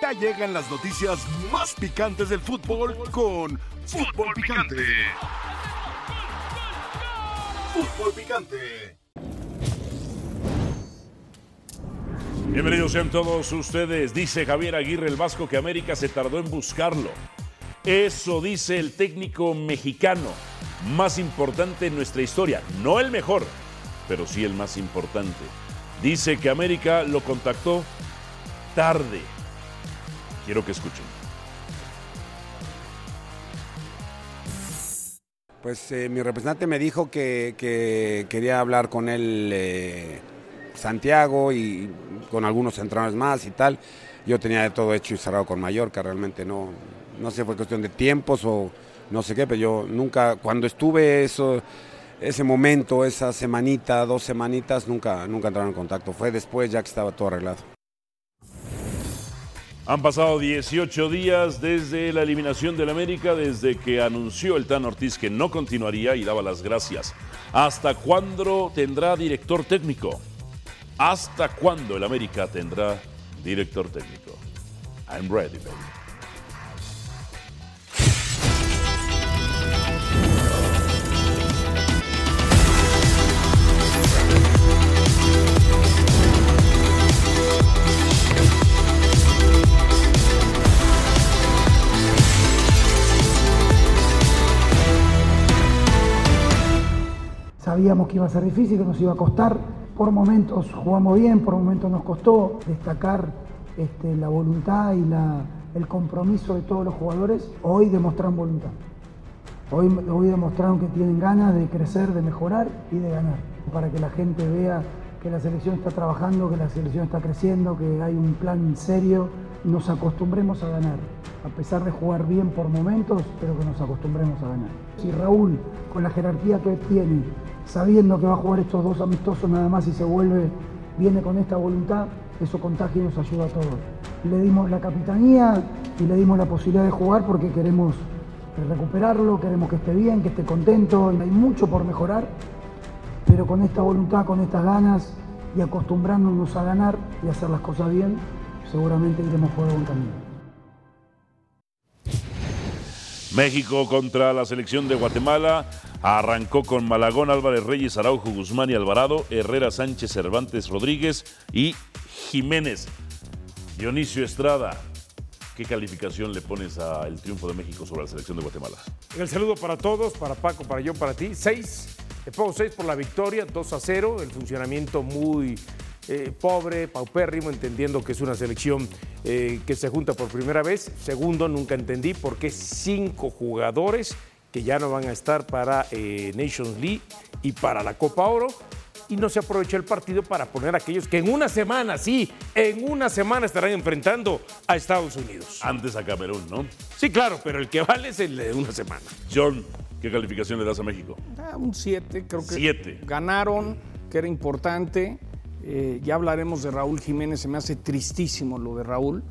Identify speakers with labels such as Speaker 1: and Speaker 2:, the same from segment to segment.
Speaker 1: Ya llegan las noticias más picantes del fútbol con Fútbol Picante. Fútbol Picante.
Speaker 2: Bienvenidos sean todos ustedes. Dice Javier Aguirre el Vasco que América se tardó en buscarlo. Eso dice el técnico mexicano más importante en nuestra historia. No el mejor, pero sí el más importante. Dice que América lo contactó tarde. Quiero que escuchen.
Speaker 3: Pues eh, mi representante me dijo que, que quería hablar con él eh, Santiago y con algunos entrenadores más y tal. Yo tenía todo hecho y cerrado con Mallorca, realmente no, no sé, fue cuestión de tiempos o no sé qué, pero yo nunca, cuando estuve eso, ese momento, esa semanita, dos semanitas, nunca, nunca entraron en contacto. Fue después ya que estaba todo arreglado.
Speaker 2: Han pasado 18 días desde la eliminación del América, desde que anunció el Tan Ortiz que no continuaría y daba las gracias. ¿Hasta cuándo tendrá director técnico? ¿Hasta cuándo el América tendrá director técnico? I'm ready, baby.
Speaker 4: Sabíamos que iba a ser difícil, que nos iba a costar. Por momentos jugamos bien, por momentos nos costó destacar este, la voluntad y la- el compromiso de todos los jugadores. Hoy demostraron voluntad. Hoy, hoy demostraron que tienen ganas de crecer, de mejorar y de ganar. Para que la gente vea que la selección está trabajando, que la selección está creciendo, que hay un plan serio. Nos acostumbremos a ganar. A pesar de jugar bien por momentos, pero que nos acostumbremos a ganar. Si Raúl, con la jerarquía que tiene, sabiendo que va a jugar estos dos amistosos nada más y se vuelve, viene con esta voluntad, eso contagia y nos ayuda a todos. Le dimos la capitanía y le dimos la posibilidad de jugar porque queremos recuperarlo, queremos que esté bien, que esté contento, hay mucho por mejorar, pero con esta voluntad, con estas ganas y acostumbrándonos a ganar y a hacer las cosas bien, seguramente iremos por buen camino.
Speaker 2: México contra la selección de Guatemala. Arrancó con Malagón, Álvarez Reyes, Araujo, Guzmán y Alvarado, Herrera Sánchez, Cervantes Rodríguez y Jiménez. Dionisio Estrada, ¿qué calificación le pones al triunfo de México sobre la selección de Guatemala?
Speaker 5: El saludo para todos, para Paco, para yo, para ti. Seis, le pongo seis por la victoria, 2 a 0, el funcionamiento muy eh, pobre, paupérrimo, entendiendo que es una selección eh, que se junta por primera vez. Segundo, nunca entendí por qué cinco jugadores que ya no van a estar para eh, Nations League y para la Copa Oro. Y no se aprovechó el partido para poner a aquellos que en una semana, sí, en una semana estarán enfrentando a Estados Unidos.
Speaker 2: Antes a Camerún, ¿no?
Speaker 5: Ah, Sí, claro, pero el que vale es el de una semana.
Speaker 2: John, ¿qué calificación le das a México?
Speaker 6: Ah, un 7, creo que.
Speaker 2: Siete.
Speaker 6: Ganaron, que era importante. Eh, ya hablaremos de Raúl Jiménez, se me hace tristísimo lo de Raúl.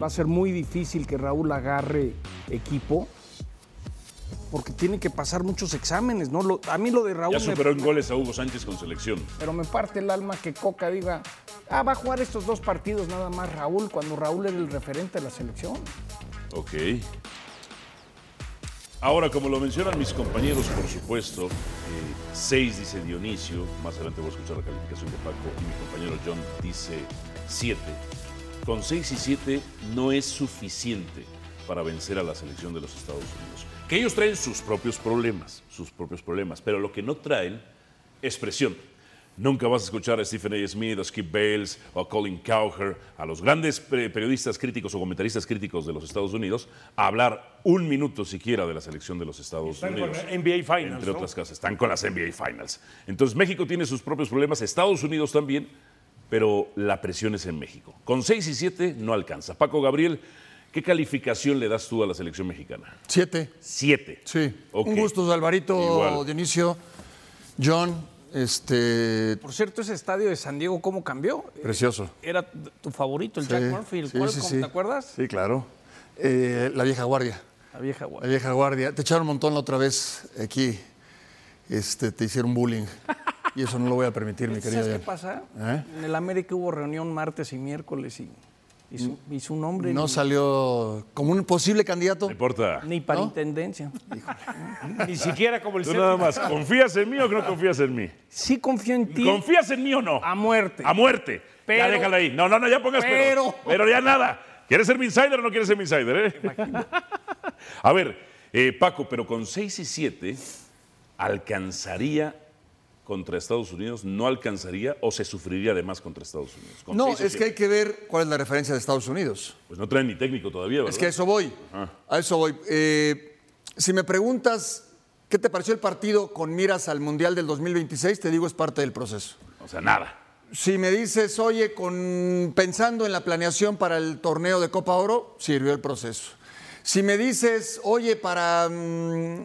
Speaker 6: Va a ser muy difícil que Raúl agarre equipo porque tiene que pasar muchos exámenes. ¿no? Lo- a mí lo de Raúl
Speaker 2: Ya
Speaker 6: me-
Speaker 2: superó en goles a Hugo Sánchez con selección.
Speaker 6: pero me parte el alma que Coca diga, ah, va a jugar estos dos partidos nada más Raúl, cuando Raúl era el referente de la selección.
Speaker 2: Ok. Ahora, como lo mencionan mis compañeros, por supuesto, 6 dice Dionisio, más adelante voy a escuchar la calificación de Paco, y mi compañero John dice 7. Con 6 y 7 no es suficiente para vencer a la selección de los Estados Unidos. Que ellos traen sus propios problemas, sus propios problemas, pero lo que no traen es presión. Nunca vas a escuchar a Stephen A. Smith, a Skip Bales o a Colin Cowher, a los grandes pre- periodistas críticos o comentaristas críticos de los Estados Unidos, hablar un minuto siquiera de la selección de los Estados
Speaker 5: Están con
Speaker 2: Unidos.
Speaker 5: la NBA Finals,
Speaker 2: Entre
Speaker 5: ¿no?
Speaker 2: otras cosas, están con las NBA Finals. Entonces México tiene sus propios problemas, Estados Unidos también, pero la presión es en México. Con 6 y 7 no alcanza. Paco Gabriel, ¿qué calificación le das tú a la selección mexicana?
Speaker 7: Siete.
Speaker 2: 7.
Speaker 7: Sí. Un gusto, Alvarito,
Speaker 2: Igual.
Speaker 7: Dionisio, John, este.
Speaker 6: Por cierto, ese estadio de San Diego, ¿cómo cambió?
Speaker 7: Precioso.
Speaker 6: Era tu favorito, el
Speaker 7: Sí,
Speaker 6: Jack Murphy, el
Speaker 7: sí,
Speaker 6: cual,
Speaker 7: sí,
Speaker 6: ¿cómo-
Speaker 7: sí.
Speaker 6: ¿te acuerdas?
Speaker 7: Sí, claro. Eh, la vieja guardia.
Speaker 6: La vieja guardia.
Speaker 7: La vieja guardia. Te echaron un montón la otra vez aquí. Este, te hicieron bullying. Y eso no lo voy a permitir, mi querido.
Speaker 6: ¿Sabes qué
Speaker 7: John.
Speaker 6: pasa?
Speaker 7: ¿Eh?
Speaker 6: En el América hubo reunión martes y miércoles y Y su, y su nombre
Speaker 7: No
Speaker 6: ni,
Speaker 7: salió como un posible candidato.
Speaker 2: No importa.
Speaker 6: ni para
Speaker 7: ¿no?
Speaker 6: intendencia.
Speaker 5: Ni siquiera como el
Speaker 2: Tú
Speaker 5: séptimo.
Speaker 2: nada más, ¿confías en mí o que no confías en mí?
Speaker 6: Sí confío en ti
Speaker 2: ¿Confías en mí o no?
Speaker 6: a muerte.
Speaker 2: A muerte. ya
Speaker 6: Pero-
Speaker 2: déjala ahí. No, no, no, ya pongas pero.
Speaker 6: Pero.
Speaker 2: Pero, ya nada. ¿Quieres ser mi insider o no quieres ser mi insider? eh? A ver, eh, Paco, pero con 6 y 7 alcanzaría contra Estados Unidos, no alcanzaría o se sufriría además contra Estados Unidos. Con
Speaker 7: No,
Speaker 2: seis o
Speaker 7: es que
Speaker 2: siete.
Speaker 7: hay que ver cuál es la referencia de Estados Unidos.
Speaker 2: Pues no traen ni técnico todavía, ¿verdad?
Speaker 7: Es que a eso voy. A eso voy. Eh, si me preguntas qué te pareció el partido con miras al Mundial del 2026, te digo es parte del proceso.
Speaker 2: O sea, nada.
Speaker 7: Si me dices, oye, con, pensando en la planeación para el torneo de Copa Oro, sirvió el proceso. Si me dices, oye, para. mm,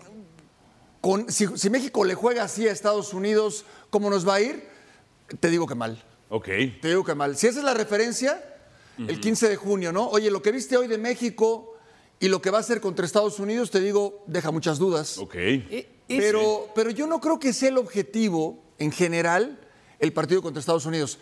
Speaker 7: con- si, si México le juega así a Estados Unidos, ¿cómo nos va a ir? Te digo que mal.
Speaker 2: Ok.
Speaker 7: Te digo que mal. Si esa es la referencia, el 15 de junio, ¿no? Oye, lo que viste hoy de México y lo que va a hacer contra Estados Unidos, te digo, deja muchas dudas.
Speaker 2: Ok.
Speaker 6: E- es-
Speaker 7: Pero, pero yo no creo que sea el objetivo, en general, el partido contra Estados Unidos.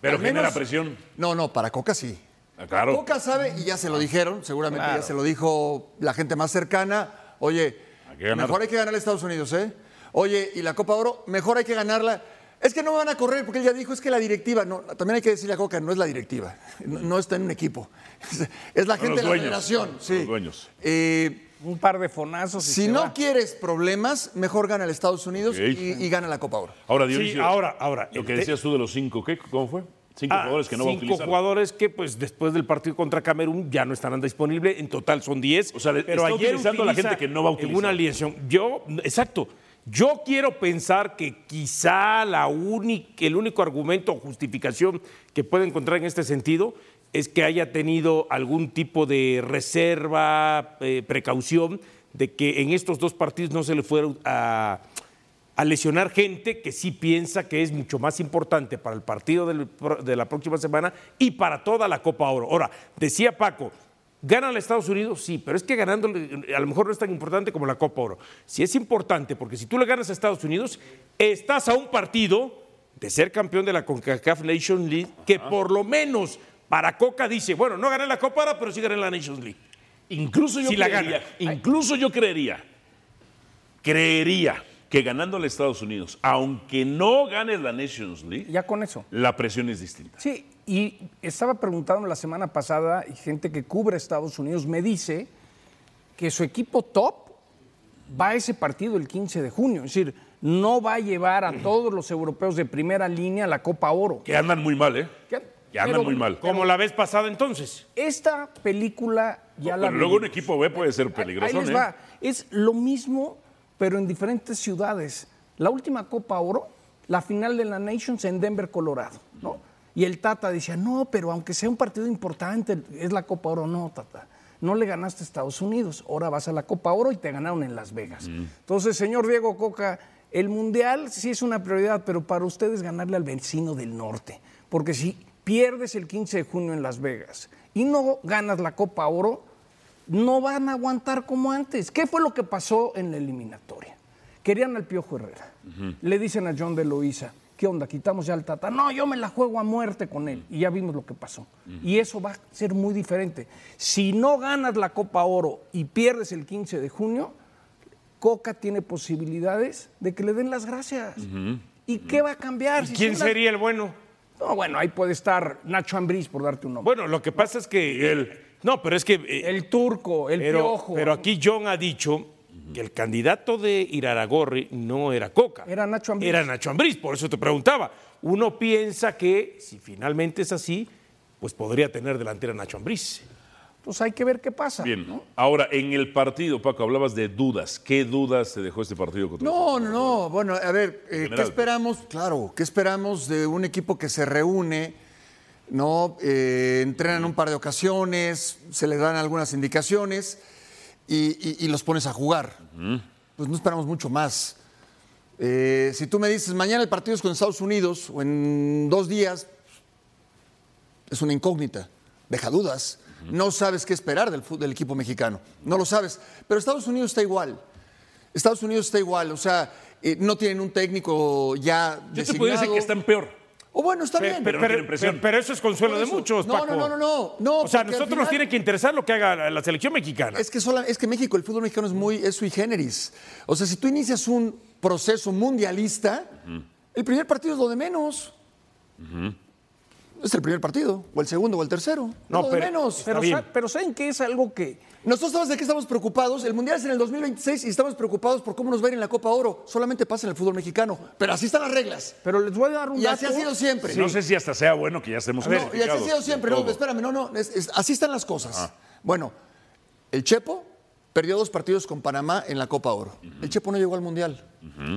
Speaker 2: Pero
Speaker 7: Al
Speaker 2: genera
Speaker 7: menos-
Speaker 2: presión.
Speaker 7: No, no, para Coca sí.
Speaker 2: Ah, Claro.
Speaker 7: Coca sabe, y ya se lo dijeron, seguramente ya se lo dijo la gente más cercana. Oye,
Speaker 2: Hay que ganar.
Speaker 7: mejor hay que ganar a Estados Unidos, ¿eh? Oye, y la Copa Oro, mejor hay que ganarla. Es que no van a correr, porque él ya dijo, es que la directiva, no, también hay que decirle a Coca, no es la directiva, no, no está en un equipo. Es, es la
Speaker 2: Son
Speaker 7: gente
Speaker 2: los
Speaker 7: de la
Speaker 2: dueños,
Speaker 7: federación.
Speaker 2: los
Speaker 7: Sí.
Speaker 2: dueños.
Speaker 7: Eh,
Speaker 6: un par de fonazos. y
Speaker 7: si
Speaker 6: Pues se
Speaker 7: no
Speaker 6: va.
Speaker 7: quieres problemas, mejor gana el Estados Unidos
Speaker 2: Ok.
Speaker 7: y, y gana la Copa Oro.
Speaker 2: Ahora,
Speaker 5: Sí,
Speaker 2: Dionisio.
Speaker 5: ahora, ahora.
Speaker 2: Lo que
Speaker 5: el te-
Speaker 2: decías tú de los cinco, ¿qué? ¿Cómo fue? Cinco
Speaker 5: Ah,
Speaker 2: jugadores que no va a
Speaker 5: cinco
Speaker 2: utilizar.
Speaker 5: jugadores que pues después del partido contra Camerún ya no estarán disponibles. En total son 10.
Speaker 2: O sea, le- está utilizando a la gente que no va a
Speaker 5: en
Speaker 2: utilizar.
Speaker 5: Una lesión. Yo, exacto. Yo quiero pensar que quizá la única, el único argumento o justificación que puede encontrar en este sentido es que haya tenido algún tipo de reserva, eh, precaución, de que en estos dos partidos no se le fuera a, a lesionar gente que sí piensa que es mucho más importante para el partido del pro- de la próxima semana y para toda la Copa Oro. Ahora, decía Paco, ¿gana a Estados Unidos? Sí, pero es que ganándole a lo mejor no es tan importante como la Copa Oro. Sí es importante, porque si tú le ganas a Estados Unidos, estás a un partido de ser campeón de la CONCACAF Nation League, que por lo menos para Coca dice, bueno, no gané la Copa Oro, pero sí gané la Nations League.
Speaker 2: Incluso yo
Speaker 5: Si la
Speaker 2: creería,
Speaker 5: gana.
Speaker 2: incluso yo creería, creería que ganándole a Estados Unidos, aunque no ganes la Nations League,
Speaker 6: Ya con eso.
Speaker 2: la presión es distinta.
Speaker 6: Sí, y estaba preguntando la semana pasada y gente que cubre Estados Unidos me dice que su equipo top va a ese partido el 15 de junio. Es decir, no va a llevar a todos los europeos de primera línea a la Copa Oro.
Speaker 2: Que andan muy mal, ¿eh?
Speaker 6: ¿Qué?
Speaker 2: Que andan
Speaker 6: Pero
Speaker 2: muy mal.
Speaker 5: Como la vez pasada entonces.
Speaker 6: Esta película ya la
Speaker 2: Pero luego un
Speaker 6: vimos.
Speaker 2: equipo B puede ser ¿eh?
Speaker 6: Ahí-
Speaker 2: peligroso.
Speaker 6: Ahí les va. Es lo mismo, pero en diferentes ciudades. La última Copa Oro, la final de la Nations en Denver, Colorado, ¿no? Y el Tata decía, no, pero aunque sea un partido importante, es la Copa Oro. No, Tata, no le ganaste a Estados Unidos. Ahora vas a la Copa Oro y te ganaron en Las Vegas. Entonces, señor Diego Coca, el Mundial sí es una prioridad, pero para ustedes ganarle al vecino del norte. Porque si pierdes el 15 de junio en Las Vegas y no ganas la Copa Oro, no van a aguantar como antes. ¿Qué fue lo que pasó en la eliminatoria? Querían al Piojo Herrera. Le dicen a John de Loiza, ¿qué onda? Quitamos ya al Tata. No, yo me la juego a muerte con él. Y ya vimos lo que pasó. Y eso va a ser muy diferente. Si no ganas la Copa Oro y pierdes el 15 de junio, Coca tiene posibilidades de que le den las gracias. ¿Y qué va a cambiar? Si
Speaker 5: ¿Quién
Speaker 6: son las-
Speaker 5: sería el bueno?
Speaker 6: No, bueno, ahí puede estar Nacho Ambriz, por darte un nombre.
Speaker 5: Bueno, lo que pasa es que él. No, pero es que. eh,
Speaker 6: el turco, el
Speaker 5: pero,
Speaker 6: piojo.
Speaker 5: pero aquí John ha dicho que el candidato de Iraragorri no era Coca.
Speaker 6: Era Nacho Ambriz.
Speaker 5: Era Nacho Ambriz, por eso te preguntaba. Uno piensa que si finalmente es así, pues podría tener delantera Nacho Ambriz.
Speaker 6: Pues hay que ver qué pasa.
Speaker 2: Bien. Ahora, en el partido, Paco, hablabas de dudas. ¿Qué dudas te dejó este partido contra
Speaker 7: No, no, no. Bueno, a ver, eh, ¿qué
Speaker 2: general.
Speaker 7: esperamos? Claro, ¿qué esperamos de un equipo que se reúne? ¿No? Eh, entrenan un par de ocasiones, se les dan algunas indicaciones y, y- y los pones a jugar. Pues no esperamos mucho más. Eh, si tú me dices, mañana el partido es con Estados Unidos o en dos días, es una incógnita, deja dudas. No sabes qué esperar del, fu- del equipo mexicano, no lo sabes. Pero Estados Unidos está igual. Estados Unidos está igual, o sea, eh, no tienen un técnico ya
Speaker 2: Yo
Speaker 7: designado.
Speaker 2: te podría decir que están peor.
Speaker 7: O bueno, está bien.
Speaker 2: pero no tienen presión.
Speaker 5: pero eso es consuelo
Speaker 7: Por
Speaker 5: de
Speaker 7: eso.
Speaker 5: muchos,
Speaker 7: No,
Speaker 5: Paco.
Speaker 7: no, no, no, no, no,
Speaker 5: o sea,
Speaker 7: porque
Speaker 5: nosotros
Speaker 7: al
Speaker 5: nos
Speaker 7: final-
Speaker 5: tiene que interesar lo que haga la, la selección mexicana.
Speaker 7: Es que, sola- es que México, el fútbol mexicano es muy es sui generis. O sea, si tú inicias un proceso mundialista, el primer partido es lo de menos. Es el primer partido, o el segundo, o el tercero.
Speaker 5: No,
Speaker 7: es lo
Speaker 5: pero-
Speaker 7: de menos.
Speaker 5: Está
Speaker 6: Pero,
Speaker 5: bien.
Speaker 6: sa- pero ¿saben qué es algo que
Speaker 7: Nosotros sabemos de qué estamos preocupados. El mundial es en el 2026 y estamos preocupados por cómo nos va a ir en la Copa Oro. Solamente pasa en el fútbol mexicano. Pero así están las reglas.
Speaker 6: Pero les voy a dar un
Speaker 7: Y así
Speaker 6: dato.
Speaker 7: ha sido siempre.
Speaker 2: No sé si hasta sea bueno que ya estemos
Speaker 7: No, y así ha
Speaker 2: clasificados
Speaker 7: sido siempre.
Speaker 2: de
Speaker 7: No,
Speaker 2: todo.
Speaker 7: espérame, no, no. es- es- así están las cosas. Bueno, el Chepo perdió dos partidos con Panamá en la Copa Oro. El Chepo no llegó al Mundial.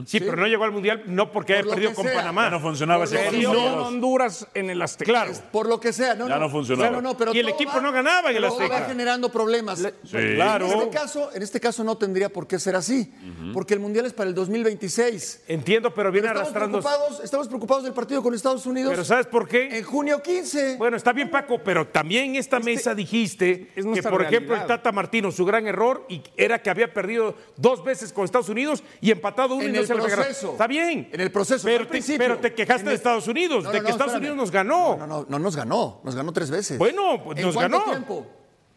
Speaker 5: sí, pero no llegó al Mundial no porque haya
Speaker 7: Por lo
Speaker 5: perdido
Speaker 7: que
Speaker 5: con
Speaker 7: sea.
Speaker 5: Panamá.
Speaker 2: Ya no funcionaba ese
Speaker 7: Pero
Speaker 6: Perdió
Speaker 2: partido.
Speaker 7: no,
Speaker 6: con Honduras en el Azteca.
Speaker 5: Claro.
Speaker 7: Por lo que sea, no,
Speaker 2: Ya no funcionaba.
Speaker 7: Claro, no, pero
Speaker 5: Y el
Speaker 7: todo
Speaker 5: equipo
Speaker 7: va-
Speaker 5: no ganaba en el
Speaker 7: todo
Speaker 5: Azteca.
Speaker 7: va generando problemas.
Speaker 5: claro.
Speaker 7: En este caso, en este caso no tendría por qué ser así, porque el mundial es para el 2026.
Speaker 5: Entiendo, pero
Speaker 7: Pero
Speaker 5: viene
Speaker 7: estamos
Speaker 5: arrastrando.
Speaker 7: preocupados, estamos preocupados del partido con Estados Unidos.
Speaker 5: Pero ¿sabes por qué?
Speaker 7: en junio 15.
Speaker 5: Bueno, está bien, Paco, pero también esta mesa dijiste
Speaker 6: es
Speaker 5: que,
Speaker 6: nuestra
Speaker 5: por ejemplo, el
Speaker 6: realidad.
Speaker 5: Tata Martino, su gran error y era que había perdido dos veces con Estados Unidos y empatado uno y
Speaker 7: En
Speaker 5: no
Speaker 7: el
Speaker 5: se lo había ganado.
Speaker 7: proceso.
Speaker 5: Está bien.
Speaker 7: En el proceso, no
Speaker 5: Pero,
Speaker 7: al
Speaker 5: te,
Speaker 7: principio.
Speaker 5: pero te quejaste
Speaker 7: En
Speaker 5: de
Speaker 7: el-
Speaker 5: Estados Unidos,
Speaker 7: No,
Speaker 5: de
Speaker 7: no,
Speaker 5: que
Speaker 7: no,
Speaker 5: Estados
Speaker 7: espérame.
Speaker 5: Unidos nos ganó.
Speaker 7: No, no, no, no nos ganó, nos ganó tres veces.
Speaker 5: Bueno, pues
Speaker 7: ¿En
Speaker 5: nos
Speaker 7: cuánto
Speaker 5: ganó.
Speaker 7: tiempo?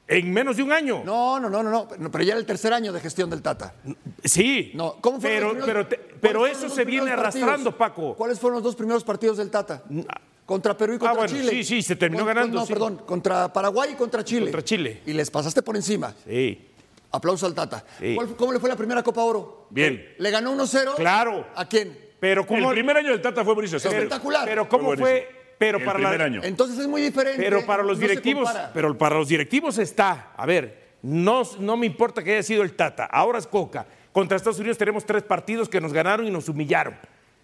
Speaker 5: En menos de un año.
Speaker 7: No, no, no, no, no, pero- pero ya era el tercer año de gestión del Tata.
Speaker 5: Sí.
Speaker 7: No, ¿cómo fueron
Speaker 5: pero,
Speaker 7: los
Speaker 5: pero,
Speaker 7: primeros-
Speaker 5: te-
Speaker 7: ¿cuáles
Speaker 5: pero
Speaker 7: fueron
Speaker 5: eso
Speaker 7: los dos
Speaker 5: se viene
Speaker 7: primeros partidos?
Speaker 5: arrastrando, Paco. Ah,
Speaker 7: ¿Cuáles fueron los dos primeros partidos del Tata? Contra Perú y contra
Speaker 5: bueno,
Speaker 7: Chile.
Speaker 5: sí, sí, se terminó
Speaker 7: Con- con-
Speaker 5: ganando,
Speaker 7: No,
Speaker 5: sí.
Speaker 7: perdón, contra Paraguay y contra Chile.
Speaker 5: Contra Chile.
Speaker 7: Y les pasaste por encima.
Speaker 5: Sí.
Speaker 7: Aplauso al Tata.
Speaker 5: Sí.
Speaker 7: ¿Cuál- ¿Cómo le fue la primera Copa Oro?
Speaker 2: Bien.
Speaker 7: ¿Le ganó 1-0?
Speaker 5: Claro.
Speaker 7: ¿A quién?
Speaker 5: Pero
Speaker 2: El
Speaker 5: como
Speaker 2: primer año del Tata fue Mauricio
Speaker 5: pero-
Speaker 2: Sarri.
Speaker 7: espectacular.
Speaker 5: Pero cómo
Speaker 2: Fue buenísimo.
Speaker 5: fue, pero
Speaker 2: El
Speaker 5: para
Speaker 2: primer
Speaker 5: la-
Speaker 2: año.
Speaker 7: Entonces es muy diferente.
Speaker 5: Pero para los
Speaker 7: no se
Speaker 5: directivos,
Speaker 7: compara.
Speaker 5: pero para los directivos está, a ver, no, no me importa que haya sido el Tata, ahora es Coca. Contra Estados Unidos tenemos tres partidos que nos ganaron y nos humillaron.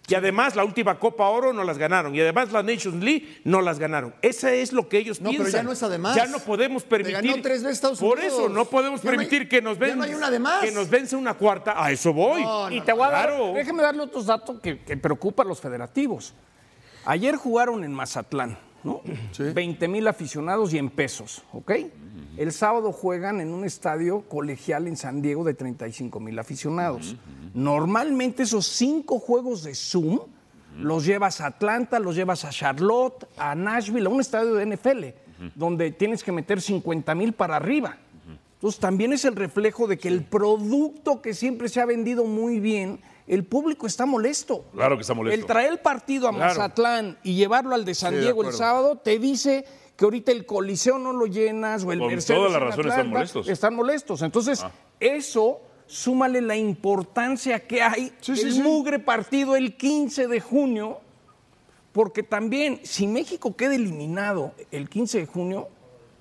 Speaker 5: Y además la última Copa Oro no las ganaron. Y además la Nations League no las ganaron. Ese es lo que ellos
Speaker 7: No, pero
Speaker 5: piensan.
Speaker 7: ya no es además.
Speaker 5: Ya no podemos
Speaker 7: Le
Speaker 5: permitir.
Speaker 7: ganó tres veces Estados
Speaker 5: por
Speaker 7: Unidos.
Speaker 5: eso no podemos
Speaker 7: Ya no hay-
Speaker 5: permitir que nos
Speaker 7: ya
Speaker 5: vence.
Speaker 7: no hay una de más.
Speaker 5: Que nos vence una cuarta. A eso voy.
Speaker 7: No,
Speaker 6: Y te voy a dar-
Speaker 5: Claro.
Speaker 6: déjeme darle otros datos que, que preocupa a los federativos. Ayer jugaron en Mazatlán, ¿no? 20 mil aficionados y en pesos, ¿ok? El sábado juegan en un estadio colegial en San Diego de 35 mil aficionados. Normalmente esos cinco juegos de Zoom los llevas a Atlanta, los llevas a Charlotte, a Nashville, a un estadio de NFL, donde tienes que meter 50 mil para arriba. Entonces también es el reflejo de que el producto que siempre se ha vendido muy bien, el público está molesto.
Speaker 2: Claro que está molesto.
Speaker 6: El traer el partido a Mazatlán y llevarlo al de San
Speaker 7: Sí, de
Speaker 6: Diego el
Speaker 7: acuerdo.
Speaker 6: sábado te dice que ahorita el Coliseo no lo llenas o el
Speaker 2: Con
Speaker 6: Mercedes
Speaker 2: toda la
Speaker 6: en
Speaker 2: razón están
Speaker 6: Atlanta,
Speaker 2: molestos. Ah.
Speaker 6: Están molestos. Entonces, eso súmale la importancia que hay
Speaker 7: Sí, sí,
Speaker 6: el
Speaker 7: sí.
Speaker 6: mugre partido el 15 de junio porque también, si México queda eliminado el 15 de junio,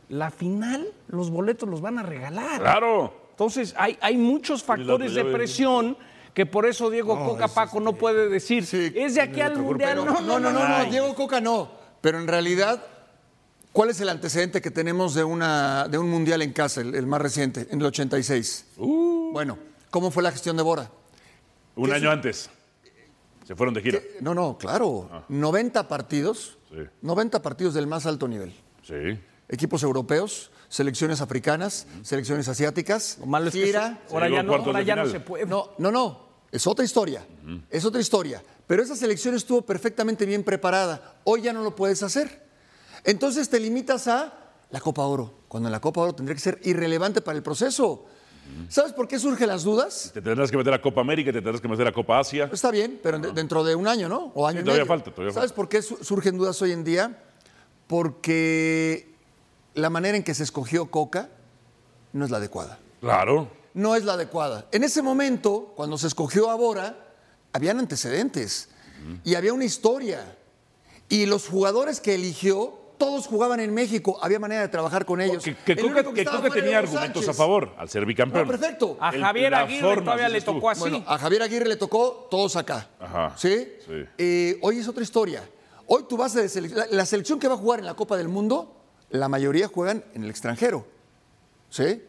Speaker 6: la final, los boletos los van a regalar.
Speaker 2: Claro.
Speaker 6: Entonces, hay, hay muchos factores de presión que por eso Diego Coca Paco no puede decir.
Speaker 7: Sí,
Speaker 6: es de aquí al mundial.
Speaker 7: Pero- no, no, no, no, Diego Coca no. Pero en realidad, ¿cuál es el antecedente que tenemos de, una, de un mundial en casa, el, el más reciente, en el 86?
Speaker 5: Uh.
Speaker 7: Bueno, ¿cómo fue la gestión de Bora?
Speaker 2: Un año antes. Se fueron de gira.
Speaker 7: Que- No, no, claro.
Speaker 5: Ah.
Speaker 7: 90 partidos,
Speaker 2: Sí.
Speaker 7: 90 partidos del más alto nivel.
Speaker 2: Sí.
Speaker 7: Equipos europeos, selecciones africanas, selecciones asiáticas,
Speaker 6: Lo malo es que
Speaker 7: gira.
Speaker 6: eso- ahora
Speaker 2: Llegó
Speaker 6: ya, no,
Speaker 2: cuartos de
Speaker 6: ahora ya no
Speaker 2: final.
Speaker 6: se puede.
Speaker 7: No, no, no. Es otra historia. Es otra historia. Pero esa selección estuvo perfectamente bien preparada. Hoy ya no lo puedes hacer. Entonces te limitas a la Copa Oro. Cuando en la Copa Oro tendría que ser irrelevante para el proceso. ¿Sabes por qué surgen las dudas?
Speaker 2: Te tendrás que meter a Copa América, te tendrás que meter a Copa Asia.
Speaker 7: Está bien, pero de- dentro de un año, ¿no? O año
Speaker 2: Sí,
Speaker 7: y
Speaker 2: todavía
Speaker 7: medio.
Speaker 2: falta, todavía
Speaker 7: ¿Sabes
Speaker 2: falta.
Speaker 7: por qué su- surgen dudas hoy en día? Porque la manera en que se escogió Coca no es la adecuada
Speaker 2: Claro.
Speaker 7: no es la adecuada. En ese momento, cuando se escogió a Bora, habían antecedentes y había una historia. Y los jugadores que eligió, todos jugaban en México, había manera de trabajar con ellos.
Speaker 2: Que, que
Speaker 7: El
Speaker 2: Coca,
Speaker 7: único
Speaker 2: que
Speaker 7: estaba
Speaker 2: Coca
Speaker 7: fuera
Speaker 2: tenía
Speaker 7: era Hugo
Speaker 2: argumentos a
Speaker 7: Sánchez.
Speaker 2: favor al ser bicampeón.
Speaker 7: No, perfecto.
Speaker 6: A
Speaker 2: El-
Speaker 6: Javier
Speaker 2: la
Speaker 6: Aguirre
Speaker 2: forma,
Speaker 6: todavía le
Speaker 2: dices tú.
Speaker 6: tocó así.
Speaker 7: Bueno, ah, a Javier Aguirre le tocó todos acá.
Speaker 2: Ajá,
Speaker 7: ¿Sí?
Speaker 2: sí.
Speaker 7: Eh, hoy es otra historia. Hoy tu base de selec- la, la selección que va a jugar en la Copa del Mundo, la mayoría juegan en el extranjero. ¿Sí?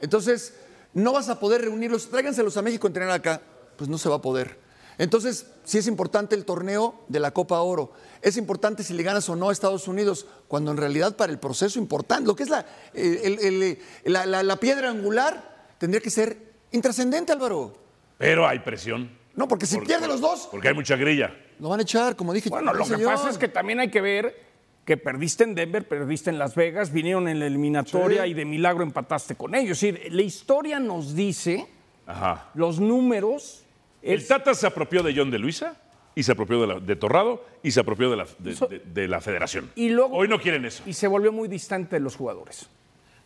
Speaker 7: Entonces, no vas a poder reunirlos. Tráiganselos a México a entrenar acá. Pues no se va a poder. Entonces, sí es importante el torneo de la Copa Oro. Es importante si le ganas o no a Estados Unidos, cuando en realidad para el proceso importante, lo que es la, eh, el- el- eh, la- la- la piedra angular, tendría que ser intrascendente, Álvaro.
Speaker 2: Pero hay presión.
Speaker 7: No, porque si
Speaker 2: Por-
Speaker 7: pierde
Speaker 2: por-
Speaker 7: los dos,
Speaker 2: Porque hay mucha grilla.
Speaker 7: Lo van a echar, como dije.
Speaker 6: Bueno,
Speaker 7: el
Speaker 6: lo que
Speaker 7: señor.
Speaker 6: pasa es que también hay que ver que perdiste en Denver, perdiste en Las Vegas, vinieron en la eliminatoria
Speaker 7: Sí.
Speaker 6: y de milagro empataste con ellos. Es decir, la historia nos dice,
Speaker 2: Ajá.
Speaker 6: los números.
Speaker 2: El
Speaker 6: es-
Speaker 2: Tata se apropió de John de Luisa y se apropió de, la- de Torrado y se apropió de la, de- de- de la federación.
Speaker 6: y luego,
Speaker 2: Hoy no quieren eso.
Speaker 6: Y se volvió muy distante de los jugadores.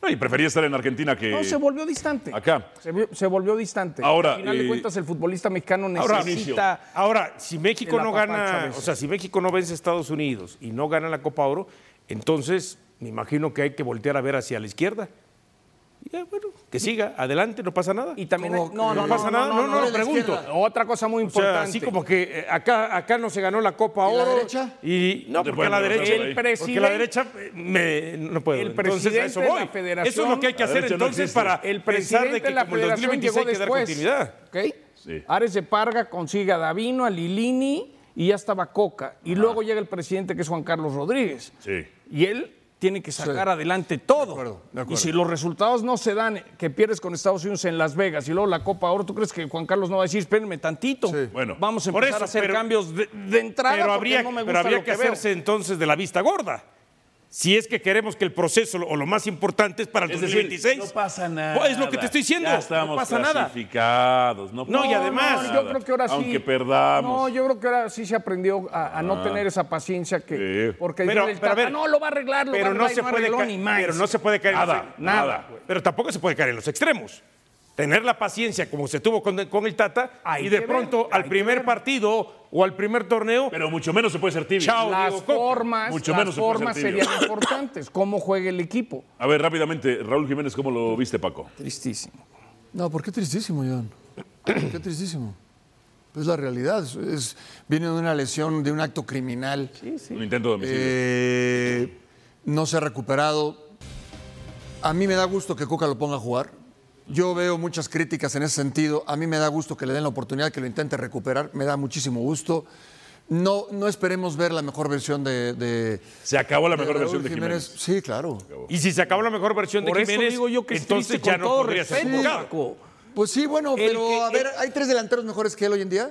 Speaker 2: No, y prefería estar en Argentina que...
Speaker 6: No, se volvió distante.
Speaker 2: acá.
Speaker 6: Se, vi- se volvió distante.
Speaker 2: Ahora,
Speaker 6: Al final de
Speaker 2: eh,
Speaker 6: cuentas, el futbolista mexicano
Speaker 2: ahora,
Speaker 6: necesita.
Speaker 5: Ahora, si México
Speaker 6: El
Speaker 5: no
Speaker 6: apapacho a
Speaker 5: gana,
Speaker 6: veces.
Speaker 5: o sea, si México no vence a Estados Unidos y no gana la Copa Oro, entonces me imagino que hay que voltear a ver hacia la izquierda. Y ya, bueno, que siga, adelante, no pasa nada.
Speaker 6: y también.
Speaker 7: Como-
Speaker 6: no, no,
Speaker 7: no
Speaker 6: no,
Speaker 5: pasa nada, no, no,
Speaker 7: no,
Speaker 5: lo
Speaker 7: de la
Speaker 5: pregunto.
Speaker 7: izquierda.
Speaker 6: Otra cosa muy
Speaker 5: O sea,
Speaker 6: importante.
Speaker 5: así como que eh, acá, acá no se ganó la Copa
Speaker 7: ¿Y la
Speaker 5: Oro.
Speaker 7: derecha?
Speaker 5: Y no,
Speaker 2: Te
Speaker 5: porque a
Speaker 2: pueden
Speaker 5: la
Speaker 2: preguntar
Speaker 5: derecha.
Speaker 2: por ahí.
Speaker 5: porque la derecha eh, me- no puedo.
Speaker 6: El
Speaker 5: Entonces, a
Speaker 6: presidente
Speaker 5: eso
Speaker 6: de
Speaker 5: voy.
Speaker 6: la federación-
Speaker 5: Eso es lo que hay que
Speaker 2: La
Speaker 5: hacer
Speaker 2: derecha no
Speaker 5: entonces
Speaker 2: existe.
Speaker 5: para
Speaker 6: el
Speaker 5: pensar
Speaker 6: presidente
Speaker 5: de que
Speaker 6: de la
Speaker 5: como el
Speaker 6: federación
Speaker 5: 2026 hay
Speaker 6: llegó
Speaker 5: que dar
Speaker 6: después.
Speaker 5: continuidad.
Speaker 6: ¿ok?
Speaker 2: Sí.
Speaker 6: Ares de Parga consigue a Davino, a Lilini y ya estaba Coca. Y luego llega el presidente que es Juan Carlos Rodríguez.
Speaker 2: Sí.
Speaker 6: Y él tiene que sacar adelante todo.
Speaker 7: acuerdo, de acuerdo.
Speaker 6: Y si los resultados no se dan, que pierdes con Estados Unidos en Las Vegas y luego la Copa Oro, ¿tú crees que Juan Carlos no va a decir, espérenme tantito?
Speaker 7: Sí.
Speaker 2: Bueno.
Speaker 6: vamos a
Speaker 5: Por
Speaker 6: empezar
Speaker 5: eso,
Speaker 6: a hacer
Speaker 5: pero-
Speaker 6: cambios de, de entrada
Speaker 5: Pero
Speaker 6: porque
Speaker 5: habría,
Speaker 6: no me
Speaker 5: pero
Speaker 6: gusta
Speaker 5: habría
Speaker 6: lo
Speaker 5: que
Speaker 6: que, veo.
Speaker 5: hacerse entonces de la vista gorda. Si es que queremos que el proceso lo- o lo más importante es para el
Speaker 2: Es decir,
Speaker 5: 2026.
Speaker 2: no pasa nada.
Speaker 5: Pues es lo que te estoy diciendo.
Speaker 2: Ya estamos
Speaker 5: no pasa nada.
Speaker 2: clasificados. No,
Speaker 5: No, y
Speaker 2: pasa
Speaker 5: además-
Speaker 2: nada.
Speaker 6: No, yo creo que ahora sí.
Speaker 2: Aunque perdamos.
Speaker 6: No, yo creo que ahora sí se aprendió a, a no tener esa paciencia que.
Speaker 2: Sí.
Speaker 6: Porque
Speaker 5: Ah. Pero-
Speaker 6: dice el
Speaker 5: pero a
Speaker 6: Tata,
Speaker 5: ver,
Speaker 6: no lo va a arreglar, lo va a
Speaker 5: Pero no
Speaker 6: arreglar y
Speaker 5: se
Speaker 6: no
Speaker 5: puede
Speaker 6: arregló
Speaker 5: ca-
Speaker 6: ni más.
Speaker 5: pero no se puede caer en
Speaker 2: Nada,
Speaker 5: los,
Speaker 2: nada.
Speaker 5: Pero tampoco se puede caer en los extremos. Tener la paciencia como se tuvo con, con el Tata
Speaker 6: Hay
Speaker 5: y de
Speaker 6: que ver,
Speaker 5: pronto
Speaker 6: hay
Speaker 5: al
Speaker 6: que
Speaker 5: primer
Speaker 6: ver.
Speaker 5: partido o al primer torneo
Speaker 2: Pero mucho menos se puede ser tibio.
Speaker 5: Chao.
Speaker 6: las
Speaker 5: Diego Coca.
Speaker 6: formas,
Speaker 2: Mucho
Speaker 6: las
Speaker 2: menos se puede
Speaker 6: formas
Speaker 2: ser
Speaker 6: serían
Speaker 2: tibio.
Speaker 6: importantes. Cómo juega el equipo.
Speaker 2: A ver, rápidamente, Raúl Jiménez, ¿cómo lo viste, Paco?
Speaker 6: Tristísimo.
Speaker 7: No, ¿por qué tristísimo, John? ¿Por qué tristísimo? Es la realidad. es- es- viene de una lesión, de un acto criminal.
Speaker 2: Un intento de homicidio.
Speaker 7: Eh, no se ha recuperado. A mí me da gusto que Coca lo ponga a jugar. Yo veo muchas críticas en ese sentido. A mí me da gusto que le den la oportunidad, que lo intente recuperar. Me da muchísimo gusto. No, no esperemos ver la mejor versión de. de-
Speaker 2: se acabó la mejor
Speaker 7: de
Speaker 2: versión de
Speaker 7: Raúl
Speaker 2: Jiménez.
Speaker 7: Sí, claro.
Speaker 5: y si se acabó la mejor versión
Speaker 6: Por
Speaker 5: de
Speaker 6: eso
Speaker 5: Jiménez,
Speaker 6: digo yo que es
Speaker 5: entonces
Speaker 6: triste,
Speaker 5: ya
Speaker 6: con
Speaker 5: no
Speaker 6: todo
Speaker 5: podría ser
Speaker 6: respeto,
Speaker 5: convocado.
Speaker 6: Paco.
Speaker 7: Pues sí, bueno,
Speaker 6: El
Speaker 7: pero
Speaker 6: que-
Speaker 7: a ver,
Speaker 6: el- Eh,
Speaker 7: ¿hay tres delanteros mejores que él hoy en día?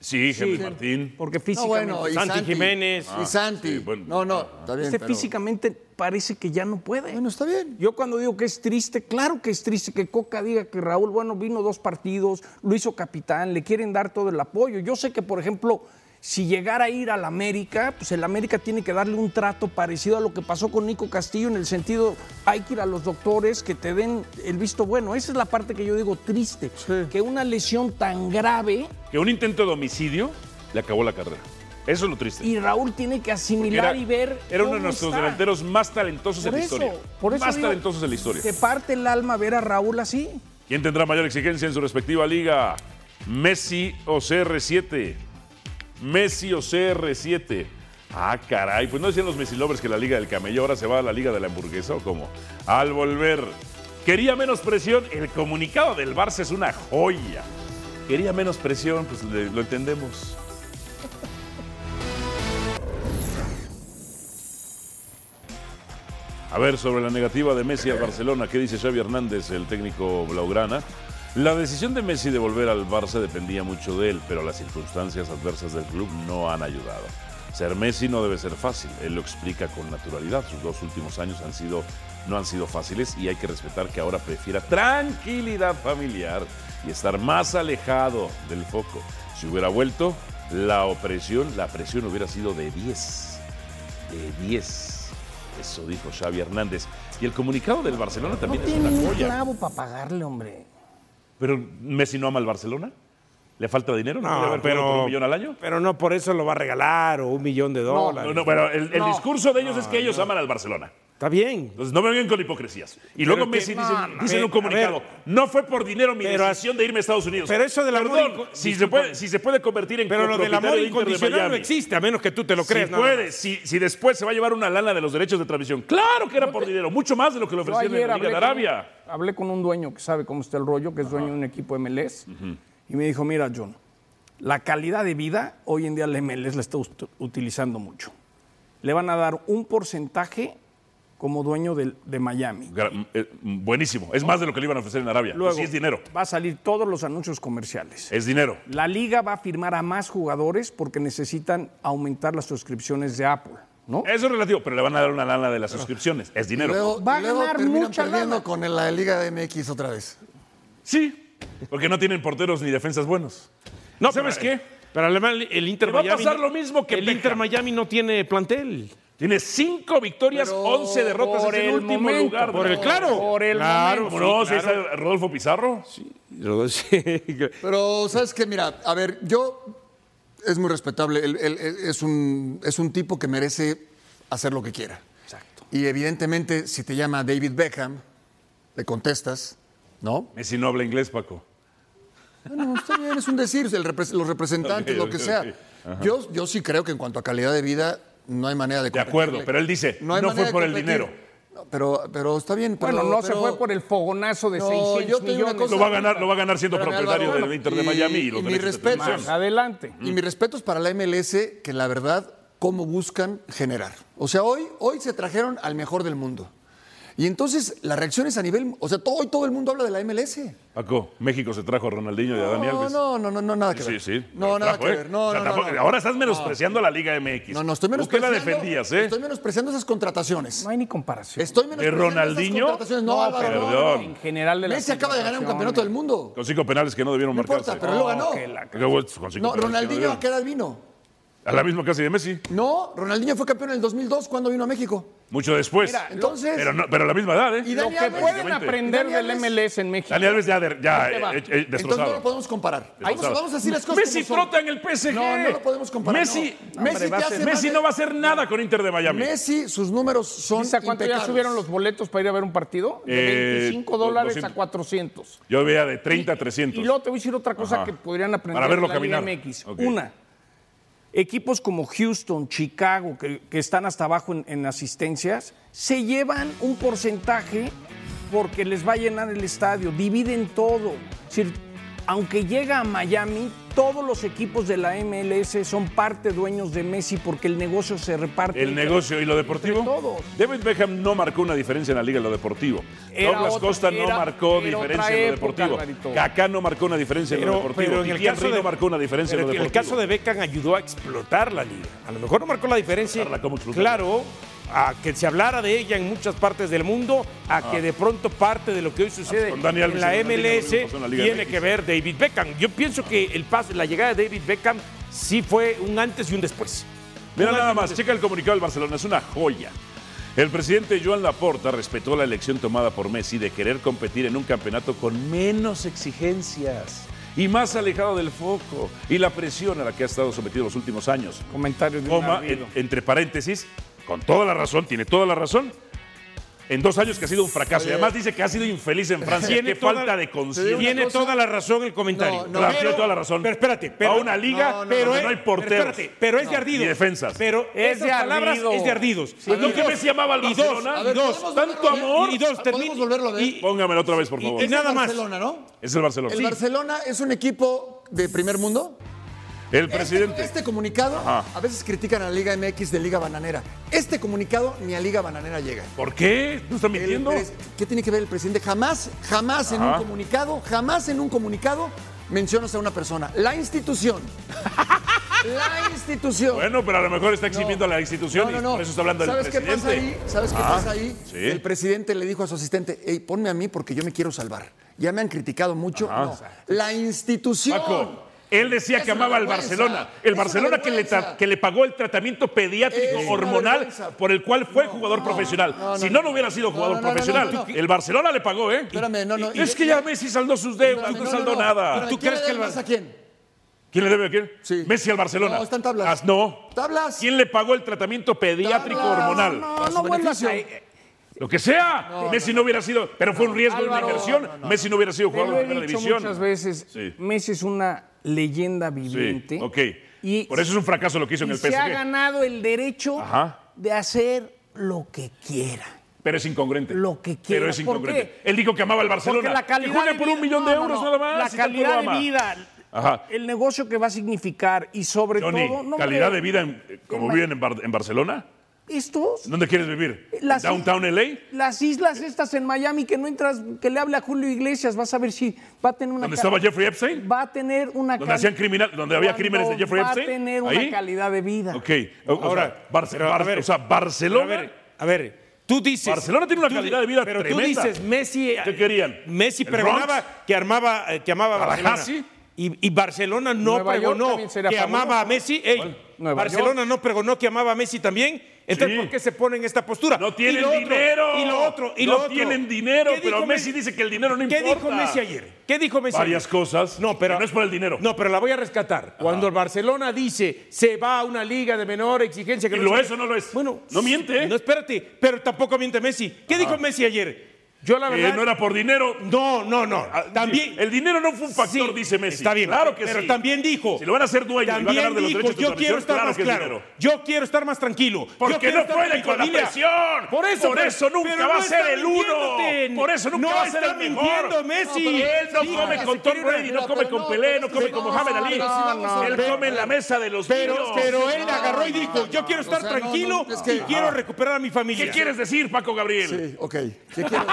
Speaker 2: Sí, Henry Martín.
Speaker 6: Porque
Speaker 7: No,
Speaker 6: físicamente,
Speaker 7: bueno, y
Speaker 5: Santi Jiménez.
Speaker 7: Y Santi.
Speaker 2: Ah, sí, bueno.
Speaker 7: no, no, está bien.
Speaker 6: este
Speaker 7: pero-
Speaker 6: físicamente parece que ya no puede.
Speaker 7: Bueno, está bien.
Speaker 6: Yo cuando digo que es triste, claro que es triste que Coca diga que Raúl, bueno, vino dos partidos, lo hizo capitán, le quieren dar todo el apoyo. Yo sé que, por ejemplo, si llegara a ir al América, pues el América tiene que darle un trato parecido a lo que pasó con Nico Castillo en el sentido, hay que ir a los doctores que te den el visto bueno. Esa es la parte que yo digo triste, que una lesión tan grave
Speaker 2: Que un intento de homicidio le acabó la carrera. Eso es lo triste.
Speaker 6: y Raúl tiene que
Speaker 2: Era,
Speaker 6: asimilar y ver.
Speaker 2: era uno de
Speaker 6: cómo
Speaker 2: nuestros
Speaker 6: está.
Speaker 2: delanteros más talentosos
Speaker 6: Por
Speaker 2: de la
Speaker 6: eso,
Speaker 2: historia.
Speaker 6: por eso
Speaker 2: más
Speaker 6: digo,
Speaker 2: talentosos de la historia.
Speaker 6: Te parte el alma ver a Raúl así.
Speaker 2: ¿Quién tendrá mayor exigencia en su respectiva liga? ¿Messi o CR7? ¿Messi o CR7? Ah, caray, pues no decían los Messi Lovers que la Liga del Camello ahora se va a la Liga de la Hamburguesa o cómo. Al volver, quería menos presión. El comunicado del Barça es una joya. Quería menos presión, pues le- lo entendemos. A ver, sobre la negativa de Messi al Barcelona, ¿qué dice Xavi Hernández, el técnico blaugrana? La decisión de Messi de volver al Barça dependía mucho de él, pero las circunstancias adversas del club no han ayudado. Ser Messi no debe ser fácil, él lo explica con naturalidad. Sus dos últimos años han sido, no han sido fáciles y hay que respetar que ahora prefiera tranquilidad familiar y estar más alejado del foco. Si hubiera vuelto, la opresión, la presión hubiera sido de 10 de 10. Eso dijo Xavi Hernández. Y el comunicado del Barcelona
Speaker 6: No
Speaker 2: también es
Speaker 6: tiene
Speaker 2: una
Speaker 6: un
Speaker 2: joya.
Speaker 6: clavo para pagarle, hombre.
Speaker 2: Pero Messi no ama al Barcelona. ¿Le falta dinero? ¿No, puede haber
Speaker 5: No,
Speaker 2: jugado por un
Speaker 5: Ah, pero,
Speaker 2: millón al año?
Speaker 5: pero no por eso lo va a regalar o un millón de dólares.
Speaker 2: No, no, pero el, el discurso de ellos es que ellos aman al Barcelona.
Speaker 5: Está bien.
Speaker 2: Entonces no me vengan con hipocresías. Y luego
Speaker 5: que-
Speaker 2: Messi
Speaker 5: no,
Speaker 2: dice,
Speaker 5: no.
Speaker 2: dice en un
Speaker 5: Pero, a
Speaker 2: comunicado,
Speaker 5: ver.
Speaker 2: no fue por dinero mi
Speaker 5: Pero
Speaker 2: decisión de irme a Estados Unidos.
Speaker 5: pero eso del amor
Speaker 2: Perdón,
Speaker 5: inco-
Speaker 2: si, se
Speaker 5: disculpa.
Speaker 2: puede, si se puede convertir en
Speaker 5: Pero lo del amor
Speaker 2: copropietario de Inter de
Speaker 5: incondicional no
Speaker 2: Miami.
Speaker 5: existe, a menos que tú te lo creas.
Speaker 2: si
Speaker 5: nada
Speaker 2: puede,
Speaker 5: más.
Speaker 2: si, si después se va a llevar una lana de los derechos de transmisión. Claro que era por dinero, mucho más de lo que le
Speaker 6: Yo
Speaker 2: ofrecieron en la Liga de
Speaker 6: con un-
Speaker 2: Arabia.
Speaker 6: hablé con un dueño que sabe cómo está el rollo, que es dueño de un equipo MLS, y me dijo, mira, John, la calidad de vida hoy en día la MLS la está ut- utilizando mucho. Le van a dar un porcentaje como dueño del- de Miami. Pues
Speaker 2: Gra- eh, buenísimo. Es más de lo que le iban a ofrecer en Arabia.
Speaker 6: Luego,
Speaker 2: sí, es dinero.
Speaker 6: Va a salir todos los anuncios comerciales.
Speaker 2: Es dinero.
Speaker 6: La liga va a firmar a más jugadores porque necesitan aumentar las suscripciones de Apple, ¿no?
Speaker 7: Eh,
Speaker 2: Eso es relativo, pero le van a dar una lana de las suscripciones. Es dinero.
Speaker 7: Luego,
Speaker 6: Va a
Speaker 7: luego
Speaker 6: ganar
Speaker 7: terminan
Speaker 6: mucha
Speaker 7: perdiendo
Speaker 6: lana.
Speaker 7: con la Liga de MX otra vez.
Speaker 2: Sí, porque no tienen porteros ni defensas buenos. No, ¿sabes qué?
Speaker 5: Pero además el- el Inter
Speaker 2: Le va a
Speaker 5: Miami.
Speaker 2: pasar lo mismo que
Speaker 5: El
Speaker 2: Beckham.
Speaker 5: Inter Miami no tiene plantel.
Speaker 2: Tiene cinco victorias,
Speaker 7: Pero
Speaker 2: once derrotas.
Speaker 6: por
Speaker 2: es el,
Speaker 6: el
Speaker 2: último
Speaker 6: momento,
Speaker 2: lugar. de-
Speaker 5: por el- claro.
Speaker 6: Por el
Speaker 5: Claro.
Speaker 6: momento.
Speaker 2: ¿Cómo no?
Speaker 5: Sí,
Speaker 2: Si ahí
Speaker 5: claro.
Speaker 2: está Rodolfo Pizarro.
Speaker 7: Pero, ¿sabes qué? Mira, a ver, yo. Es muy respetable. él- él- él es, un, es un tipo que merece hacer lo que quiera. Exacto. Y evidentemente, si te llama David Beckham, le contestas, ¿no?
Speaker 2: Messi no habla inglés, Paco.
Speaker 7: Bueno, está bien, es un decir, el repres- los representantes,
Speaker 2: Ok,
Speaker 7: lo que
Speaker 2: ok,
Speaker 7: sea.
Speaker 2: ok.
Speaker 7: Yo, yo sí creo que en cuanto a calidad de vida, no hay manera de
Speaker 2: De acuerdo, pero él dice, no
Speaker 7: manera
Speaker 2: fue
Speaker 7: de
Speaker 2: por el
Speaker 7: competir.
Speaker 2: dinero.
Speaker 7: No, pero, pero está bien.
Speaker 6: Bueno,
Speaker 7: pero-
Speaker 6: no se
Speaker 7: pero-
Speaker 6: fue por el fogonazo de
Speaker 7: No,
Speaker 6: 600
Speaker 7: yo te digo una
Speaker 6: millones.
Speaker 7: cosa.
Speaker 2: Lo va a ganar, lo va a ganar siendo
Speaker 7: Espérame,
Speaker 2: propietario
Speaker 7: Álvaro,
Speaker 2: del Inter de
Speaker 7: y-
Speaker 2: Miami y este los
Speaker 7: y mis
Speaker 2: derechos de
Speaker 7: respetos.
Speaker 2: televisión.
Speaker 6: Adelante.
Speaker 7: Y mis respetos para la MLS, que la verdad, cómo buscan generar. O sea, hoy, hoy se trajeron al mejor del mundo. Y entonces las reacciones a nivel. O sea, todo, hoy todo el mundo habla de la MLS.
Speaker 2: Paco, México se trajo a Ronaldinho y a Dani
Speaker 7: No,
Speaker 2: Alves.
Speaker 7: no, no, no, no, nada que
Speaker 2: Sí,
Speaker 7: ver.
Speaker 2: sí.
Speaker 7: No,
Speaker 2: Lo
Speaker 7: nada
Speaker 2: trajo,
Speaker 7: que
Speaker 2: ¿eh?
Speaker 7: ver. No,
Speaker 2: O sea,
Speaker 7: no,
Speaker 2: tampoco-
Speaker 7: no, no.
Speaker 2: Ahora estás menospreciando a la Liga MX.
Speaker 7: No, no, estoy
Speaker 2: Tú que la
Speaker 7: menospreciando.
Speaker 2: defendías, ¿eh?
Speaker 7: Estoy menospreciando esas contrataciones.
Speaker 6: No hay ni comparación.
Speaker 7: Estoy menospreciando esas
Speaker 2: Ronaldinho?
Speaker 7: contrataciones. No,
Speaker 6: No,
Speaker 7: Álvaro,
Speaker 6: pero-
Speaker 7: no,
Speaker 2: Perdón.
Speaker 7: no.
Speaker 6: En general de las
Speaker 7: Messi acaba de ganar un campeonato del mundo.
Speaker 2: Con cinco penales que no debieron
Speaker 7: No
Speaker 2: marcarse. Ah,
Speaker 7: importa, pero él lo ganó.
Speaker 6: que la-
Speaker 2: Con cinco
Speaker 7: No,
Speaker 2: penales que
Speaker 7: Ronaldinho
Speaker 2: debieron.
Speaker 7: a qué edad vino.
Speaker 2: A la misma casi de Messi.
Speaker 7: No, Ronaldinho fue campeón en el 2002 cuando vino a México.
Speaker 2: Mucho después.
Speaker 6: Mira,
Speaker 7: Entonces,
Speaker 2: pero, no- pero a la misma edad, ¿eh?
Speaker 7: Y
Speaker 6: Lo
Speaker 7: Dani
Speaker 6: que
Speaker 7: Alves,
Speaker 6: pueden
Speaker 2: básicamente.
Speaker 6: aprender
Speaker 7: Dani
Speaker 6: del
Speaker 7: Alves.
Speaker 6: MLS en México.
Speaker 2: Dani Alves ya, de- ya
Speaker 6: Ahí te va.
Speaker 2: eh, eh,
Speaker 7: entonces no
Speaker 2: destrozado.
Speaker 7: lo podemos comparar. Vamos,
Speaker 2: Destrozado.
Speaker 7: vamos a decir las cosas
Speaker 2: Messi
Speaker 7: como son.
Speaker 2: frota en el PSG.
Speaker 7: No, no lo podemos comparar,
Speaker 2: Messi,
Speaker 7: no. Messi
Speaker 2: Hombre,
Speaker 7: te
Speaker 2: va a
Speaker 7: hace
Speaker 2: ser-
Speaker 7: más
Speaker 2: Messi
Speaker 7: de-
Speaker 2: no va a hacer nada con Inter de Miami.
Speaker 7: Messi, sus números son
Speaker 6: ¿Dice a cuánto ya
Speaker 7: impecables.
Speaker 6: subieron los boletos para ir a ver un partido?
Speaker 2: Eh,
Speaker 6: De 25 dólares a
Speaker 2: 200.
Speaker 6: 400.
Speaker 2: Yo veía de 30 a 300.
Speaker 6: Y luego te voy a decir otra cosa
Speaker 2: Ajá.
Speaker 6: que podrían aprender
Speaker 2: Para verlo
Speaker 6: de la Liga
Speaker 2: caminar.
Speaker 6: MX.
Speaker 2: Ok.
Speaker 6: Una, equipos como Houston, Chicago, que, que están hasta abajo en, en asistencias, se llevan un porcentaje porque les va a llenar el estadio, dividen todo. Es decir, aunque llega a Miami, todos los equipos de la MLS son parte dueños de Messi porque el negocio se reparte.
Speaker 2: El
Speaker 6: entre-
Speaker 2: negocio y lo deportivo.
Speaker 6: Entre todos.
Speaker 2: David Beckham no marcó una diferencia en la liga en lo deportivo.
Speaker 6: Era
Speaker 2: Douglas
Speaker 6: otra-
Speaker 2: Costa no
Speaker 6: era-
Speaker 2: marcó
Speaker 6: era
Speaker 2: diferencia
Speaker 6: otra
Speaker 2: en lo
Speaker 6: época,
Speaker 2: deportivo.
Speaker 6: Alvarito.
Speaker 2: Kaká no marcó una diferencia en lo deportivo. Titi Henry no marcó una diferencia
Speaker 5: pero
Speaker 2: en lo
Speaker 5: el
Speaker 2: deportivo.
Speaker 5: caso de Beckham ayudó a explotar la liga. A lo mejor no marcó la diferencia.
Speaker 2: Explotarla, ¿cómo explotarla?
Speaker 5: Claro, a que se hablara de ella en muchas partes del mundo, a que de pronto parte de lo que hoy sucede
Speaker 2: Ah. con Dani Alves
Speaker 5: en la
Speaker 2: en la liga, lo mismo
Speaker 5: MLS
Speaker 2: pasó en la Liga
Speaker 5: tiene
Speaker 2: MX.
Speaker 5: que ver David Beckham. Yo pienso que el pase, la llegada de David Beckham sí fue un antes y un después.
Speaker 2: Mira
Speaker 5: Un
Speaker 2: nada
Speaker 5: antes y un
Speaker 2: más, checa el comunicado del Barcelona, es una joya. El presidente Joan Laporta respetó la elección tomada por Messi de querer competir en un campeonato con menos exigencias y más alejado del foco y la presión a la que ha estado sometido los últimos años.
Speaker 6: Comentario de un
Speaker 2: Coma,
Speaker 6: árbitro.
Speaker 2: en- entre paréntesis, con toda la razón, tiene toda la razón. En dos años que ha sido un fracaso. Y además dice que ha sido infeliz en Francia.
Speaker 5: Tiene
Speaker 2: Qué
Speaker 5: toda-
Speaker 2: falta de conciencia.
Speaker 5: Tiene
Speaker 7: cosa-
Speaker 5: toda la razón el comentario.
Speaker 7: No, no,
Speaker 2: Claro, tiene toda la razón.
Speaker 5: Pero espérate, pero
Speaker 2: a una liga
Speaker 7: No, no,
Speaker 2: pero
Speaker 5: es-
Speaker 2: no hay porteros.
Speaker 5: Pero, espérate, pero es de ardidos.
Speaker 2: Ni defensas.
Speaker 5: Pero
Speaker 6: Es
Speaker 5: es
Speaker 6: de
Speaker 5: de palabras
Speaker 6: ardido.
Speaker 5: es de ardidos.
Speaker 2: Pues no, que Messi amaba al
Speaker 5: y dos,
Speaker 2: Barcelona.
Speaker 5: y
Speaker 7: A ver,
Speaker 5: dos,
Speaker 7: ¿podemos
Speaker 5: tanto
Speaker 7: volverlo a ver?
Speaker 5: amor. Y dos,
Speaker 7: ¿Podemos
Speaker 5: termina-
Speaker 7: volverlo a ver?
Speaker 5: y-
Speaker 2: Póngamelo otra vez, por
Speaker 5: y-
Speaker 2: favor.
Speaker 5: y nada más.
Speaker 7: Barcelona, ¿no?
Speaker 2: Es el Barcelona.
Speaker 7: El Barcelona es un equipo de primer mundo.
Speaker 2: El
Speaker 7: Este-
Speaker 2: presidente.
Speaker 7: Este, comunicado,
Speaker 2: Ajá.
Speaker 7: a veces critican a la Liga MX de Liga Bananera. Este comunicado ni a Liga Bananera llega.
Speaker 2: ¿Por qué? ¿No está
Speaker 7: El
Speaker 2: mintiendo?
Speaker 7: pres- ¿Qué tiene que ver el presidente? Jamás, jamás en un
Speaker 2: Ajá.
Speaker 7: comunicado, jamás en un comunicado mencionas a una persona. La institución. la institución.
Speaker 2: Bueno, pero a lo mejor está exhibiendo a la institución y por eso está hablando del
Speaker 7: ¿Sabes
Speaker 2: presidente.
Speaker 7: Qué pasa ahí? ¿Sabes qué
Speaker 2: Ah,
Speaker 7: pasa ahí?
Speaker 2: sí.
Speaker 7: El presidente le dijo a su asistente, hey, ponme a mí porque yo me quiero salvar. Ya me han criticado mucho.
Speaker 2: Ajá.
Speaker 7: No. La institución.
Speaker 2: Paco, él decía
Speaker 7: Es
Speaker 2: que
Speaker 7: una
Speaker 2: amaba al
Speaker 7: vergüenza.
Speaker 2: Barcelona. El
Speaker 7: Es una
Speaker 2: Barcelona que le,
Speaker 7: vergüenza.
Speaker 2: ta- que le pagó el tratamiento pediátrico
Speaker 7: Es una
Speaker 2: hormonal
Speaker 7: vergüenza.
Speaker 2: por el cual fue jugador profesional.
Speaker 7: no, no,
Speaker 2: si no, no,
Speaker 7: no.
Speaker 2: hubiera sido
Speaker 7: No,
Speaker 2: jugador
Speaker 7: no, no, no,
Speaker 2: profesional.
Speaker 7: no, no, no.
Speaker 2: El Barcelona le pagó, ¿eh?
Speaker 7: Espérame, no, no,
Speaker 2: Y- y es
Speaker 7: y-
Speaker 2: que ya Messi saldó sus deudas, no,
Speaker 7: Espérame,
Speaker 2: saldó nada.
Speaker 7: espérame,
Speaker 2: ¿Tú
Speaker 7: ¿quién
Speaker 2: crees
Speaker 7: le
Speaker 2: que el
Speaker 7: debes a
Speaker 2: Barcelona...
Speaker 7: quién?
Speaker 2: ¿Quién le debe a quién?
Speaker 7: Sí.
Speaker 2: Messi al Barcelona.
Speaker 7: No, están tablas.
Speaker 2: Ah, no.
Speaker 7: Tablas.
Speaker 2: ¿Quién le pagó el tratamiento pediátrico
Speaker 7: Tablas.
Speaker 2: hormonal?
Speaker 6: No,
Speaker 7: Para
Speaker 6: no
Speaker 7: su
Speaker 6: vuelvas a... e-
Speaker 7: beneficio.
Speaker 2: Lo que sea. Messi no, hubiera sido. Pero fue un riesgo y una
Speaker 6: Álvaro,
Speaker 2: inversión. Messi no hubiera sido
Speaker 6: Te
Speaker 2: jugador
Speaker 6: lo
Speaker 2: de
Speaker 6: he
Speaker 2: primera
Speaker 6: dicho
Speaker 2: división.
Speaker 6: muchas veces,
Speaker 2: Sí.
Speaker 6: Messi es una leyenda
Speaker 2: Sí,
Speaker 6: viviente.
Speaker 2: ok.
Speaker 6: Y
Speaker 2: Por eso es un fracaso lo que hizo en
Speaker 6: y
Speaker 2: el
Speaker 6: se ha
Speaker 2: PSG.
Speaker 6: ganado el derecho
Speaker 2: Ajá.
Speaker 6: de hacer lo que quiera.
Speaker 2: Pero es incongruente.
Speaker 6: Lo que quiera.
Speaker 2: Pero es
Speaker 6: ¿Por
Speaker 2: incongruente.
Speaker 6: qué?
Speaker 2: Él dijo que amaba al
Speaker 6: Porque
Speaker 2: Barcelona.
Speaker 6: la calidad
Speaker 2: que juegue
Speaker 6: de
Speaker 2: por
Speaker 6: vida-
Speaker 2: un millón
Speaker 6: no,
Speaker 2: de
Speaker 6: no,
Speaker 2: euros
Speaker 6: no.
Speaker 2: nada más. este
Speaker 6: La
Speaker 2: si tanto lo
Speaker 6: calidad
Speaker 2: ama.
Speaker 6: de vida,
Speaker 2: Ajá.
Speaker 6: el negocio que va a significar y sobre
Speaker 2: Johnny,
Speaker 6: todo. no, hombre,
Speaker 2: calidad de vida en- eh, como
Speaker 6: el ma-
Speaker 2: viven en, Bar- en Barcelona.
Speaker 6: Estos,
Speaker 2: ¿Dónde quieres vivir?
Speaker 6: Las-
Speaker 2: ¿Downtown LA?
Speaker 6: las islas estas en Miami, que no entras, que le hable a Julio Iglesias, vas a ver si va a tener una.
Speaker 2: ¿Dónde
Speaker 6: ca-
Speaker 2: estaba Jeffrey Epstein?
Speaker 6: Va a tener una.
Speaker 2: ¿Dónde
Speaker 6: cal-
Speaker 2: hacían criminal- donde había
Speaker 6: Cuando
Speaker 2: crímenes de Jeffrey
Speaker 6: Va a
Speaker 2: Epstein?
Speaker 6: tener
Speaker 2: ¿Ahí?
Speaker 6: una calidad de vida.
Speaker 2: Ok. O- o
Speaker 5: Ahora,
Speaker 2: sea, Barce-
Speaker 5: pero a
Speaker 2: Bar-
Speaker 5: ver,
Speaker 2: o sea, Barcelona.
Speaker 5: A ver, a ver, tú dices.
Speaker 2: Barcelona tiene una
Speaker 5: tú
Speaker 2: calidad de vida
Speaker 5: Pero
Speaker 2: tremenda.
Speaker 5: tú dices, Messi. eh,
Speaker 2: ¿Qué querían?
Speaker 5: Messi
Speaker 2: ¿El Bronx?
Speaker 5: pregonaba que, armaba, eh, que amaba a
Speaker 2: ¿Tallahassee?
Speaker 5: Barcelona. Y, y Barcelona no
Speaker 6: Nueva York
Speaker 5: pregonó
Speaker 6: también sería
Speaker 5: que
Speaker 6: famoso.
Speaker 5: amaba a Messi. Ey,
Speaker 6: Nueva
Speaker 5: Barcelona no pregonó que amaba a Messi también. Entonces,
Speaker 2: Sí.
Speaker 5: ¿por qué se pone en esta postura?
Speaker 2: No
Speaker 5: Y
Speaker 2: tienen
Speaker 5: lo otro,
Speaker 2: dinero.
Speaker 5: Y lo otro. Y
Speaker 2: No
Speaker 5: lo otro.
Speaker 2: tienen dinero,
Speaker 5: ¿Qué
Speaker 2: pero
Speaker 5: dijo
Speaker 2: Messi dice que el dinero no
Speaker 5: ¿Qué dijo
Speaker 2: importa?
Speaker 5: Messi ayer? ¿Qué dijo Messi
Speaker 2: Varias
Speaker 5: ayer?
Speaker 2: cosas
Speaker 5: No, pero,
Speaker 2: que no es por el dinero.
Speaker 5: No, pero la voy a rescatar. Cuando el Barcelona dice se va a una liga de menor exigencia que
Speaker 2: ¿Y
Speaker 5: no
Speaker 2: lo
Speaker 5: sé
Speaker 2: es
Speaker 5: qué.
Speaker 2: o no lo es?
Speaker 5: Bueno,
Speaker 2: No miente, ¿eh?
Speaker 5: No, espérate, pero tampoco miente Messi. ¿Qué dijo Messi ayer? Yo la
Speaker 2: Que
Speaker 5: verdad
Speaker 2: Eh, no era por dinero.
Speaker 5: No, no, no.
Speaker 2: Ah, sí,
Speaker 5: También
Speaker 2: El dinero no fue un factor,
Speaker 5: Sí,
Speaker 2: dice Messi.
Speaker 5: Está bien.
Speaker 2: Claro que
Speaker 5: pero
Speaker 2: sí.
Speaker 5: también dijo.
Speaker 2: Si lo van a hacer dueño y va a
Speaker 5: también
Speaker 2: ganar de los
Speaker 5: dijo,
Speaker 2: derechos de
Speaker 5: yo quiero
Speaker 2: transmisión,
Speaker 5: estar
Speaker 2: claro
Speaker 5: más
Speaker 2: que es
Speaker 5: claro.
Speaker 2: dinero.
Speaker 5: Yo quiero estar más tranquilo. Yo
Speaker 2: Porque
Speaker 5: quiero
Speaker 2: no
Speaker 5: estar
Speaker 2: pueden
Speaker 5: mi
Speaker 2: con la
Speaker 5: familia.
Speaker 2: presión.
Speaker 5: Por eso,
Speaker 2: Por
Speaker 5: pero-
Speaker 2: eso nunca
Speaker 5: pero
Speaker 2: va a
Speaker 5: no
Speaker 2: ser
Speaker 5: está
Speaker 2: el uno.
Speaker 5: mintiéndote.
Speaker 2: Por eso nunca
Speaker 5: No
Speaker 2: va a ser
Speaker 5: está
Speaker 2: el mejor.
Speaker 5: mintiendo, Messi.
Speaker 2: No, pero él no
Speaker 5: Sí,
Speaker 2: come
Speaker 5: que
Speaker 2: con
Speaker 5: se
Speaker 2: Tom
Speaker 5: quiere
Speaker 2: Brady, no
Speaker 5: una-
Speaker 2: come con Pelé, no come
Speaker 6: no,
Speaker 2: con Mohamed Ali.
Speaker 6: no, no,
Speaker 2: él
Speaker 6: pero-
Speaker 2: come en la mesa de los
Speaker 5: Pero,
Speaker 2: míos.
Speaker 5: pero él agarró y
Speaker 7: no,
Speaker 5: dijo, yo quiero
Speaker 7: no,
Speaker 5: estar
Speaker 7: o sea, no,
Speaker 5: tranquilo
Speaker 7: no, es que-
Speaker 5: y quiero recuperar a mi familia.
Speaker 2: ¿Qué quieres decir, Paco Gabriel?
Speaker 7: Sí, ok. ¿Qué quiero,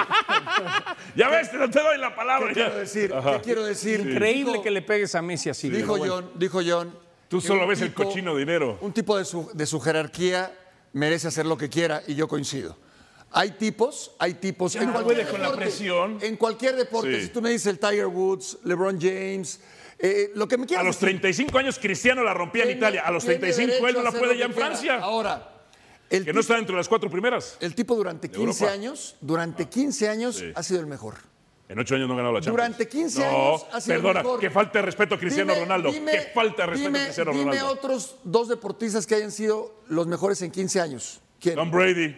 Speaker 2: Ya ves, te, te doy la palabra.
Speaker 7: qué quiero decir? ¿Qué quiero decir?
Speaker 6: Increíble
Speaker 7: Dijo-
Speaker 6: que le pegues a Messi así.
Speaker 7: Dijo
Speaker 6: pero bueno.
Speaker 7: John, dijo John.
Speaker 2: Tú
Speaker 7: que
Speaker 2: solo
Speaker 7: un
Speaker 2: ves el cochino dinero.
Speaker 7: Un tipo de su, de su jerarquía merece hacer lo que quiera y yo coincido. Hay tipos, hay tipos.
Speaker 2: Ya no puede con la presión.
Speaker 7: En cualquier deporte,
Speaker 2: Sí.
Speaker 7: si tú me dices el Tiger Woods, LeBron James, eh, lo que me
Speaker 2: A
Speaker 7: quieras
Speaker 2: los
Speaker 7: decir,
Speaker 2: 35 años Cristiano la rompía en
Speaker 7: tiene-
Speaker 2: Italia. A los
Speaker 7: tiene
Speaker 2: 35 él
Speaker 7: derecho
Speaker 2: no
Speaker 7: a
Speaker 2: la
Speaker 7: hacer
Speaker 2: puede
Speaker 7: lo
Speaker 2: ya
Speaker 7: que
Speaker 2: en
Speaker 7: quiera.
Speaker 2: Francia.
Speaker 7: Ahora, el,
Speaker 2: Que no
Speaker 7: tipo,
Speaker 2: está entre las cuatro primeras.
Speaker 7: el tipo durante 15
Speaker 2: Europa. Ah.
Speaker 7: años, durante 15 años ha sido el mejor.
Speaker 2: En ocho años no ha ganado la Champions.
Speaker 7: Durante 15
Speaker 2: No,
Speaker 7: años ha sido el
Speaker 2: perdona,
Speaker 7: mejor.
Speaker 2: que falta de respeto a Cristiano
Speaker 7: Dime-
Speaker 2: Ronaldo.
Speaker 7: dime-
Speaker 2: que falta de respeto
Speaker 7: dime-
Speaker 2: a Cristiano
Speaker 7: dime
Speaker 2: Ronaldo.
Speaker 7: otros dos deportistas que hayan sido los mejores en 15 años. ¿Quién?
Speaker 2: Tom Brady.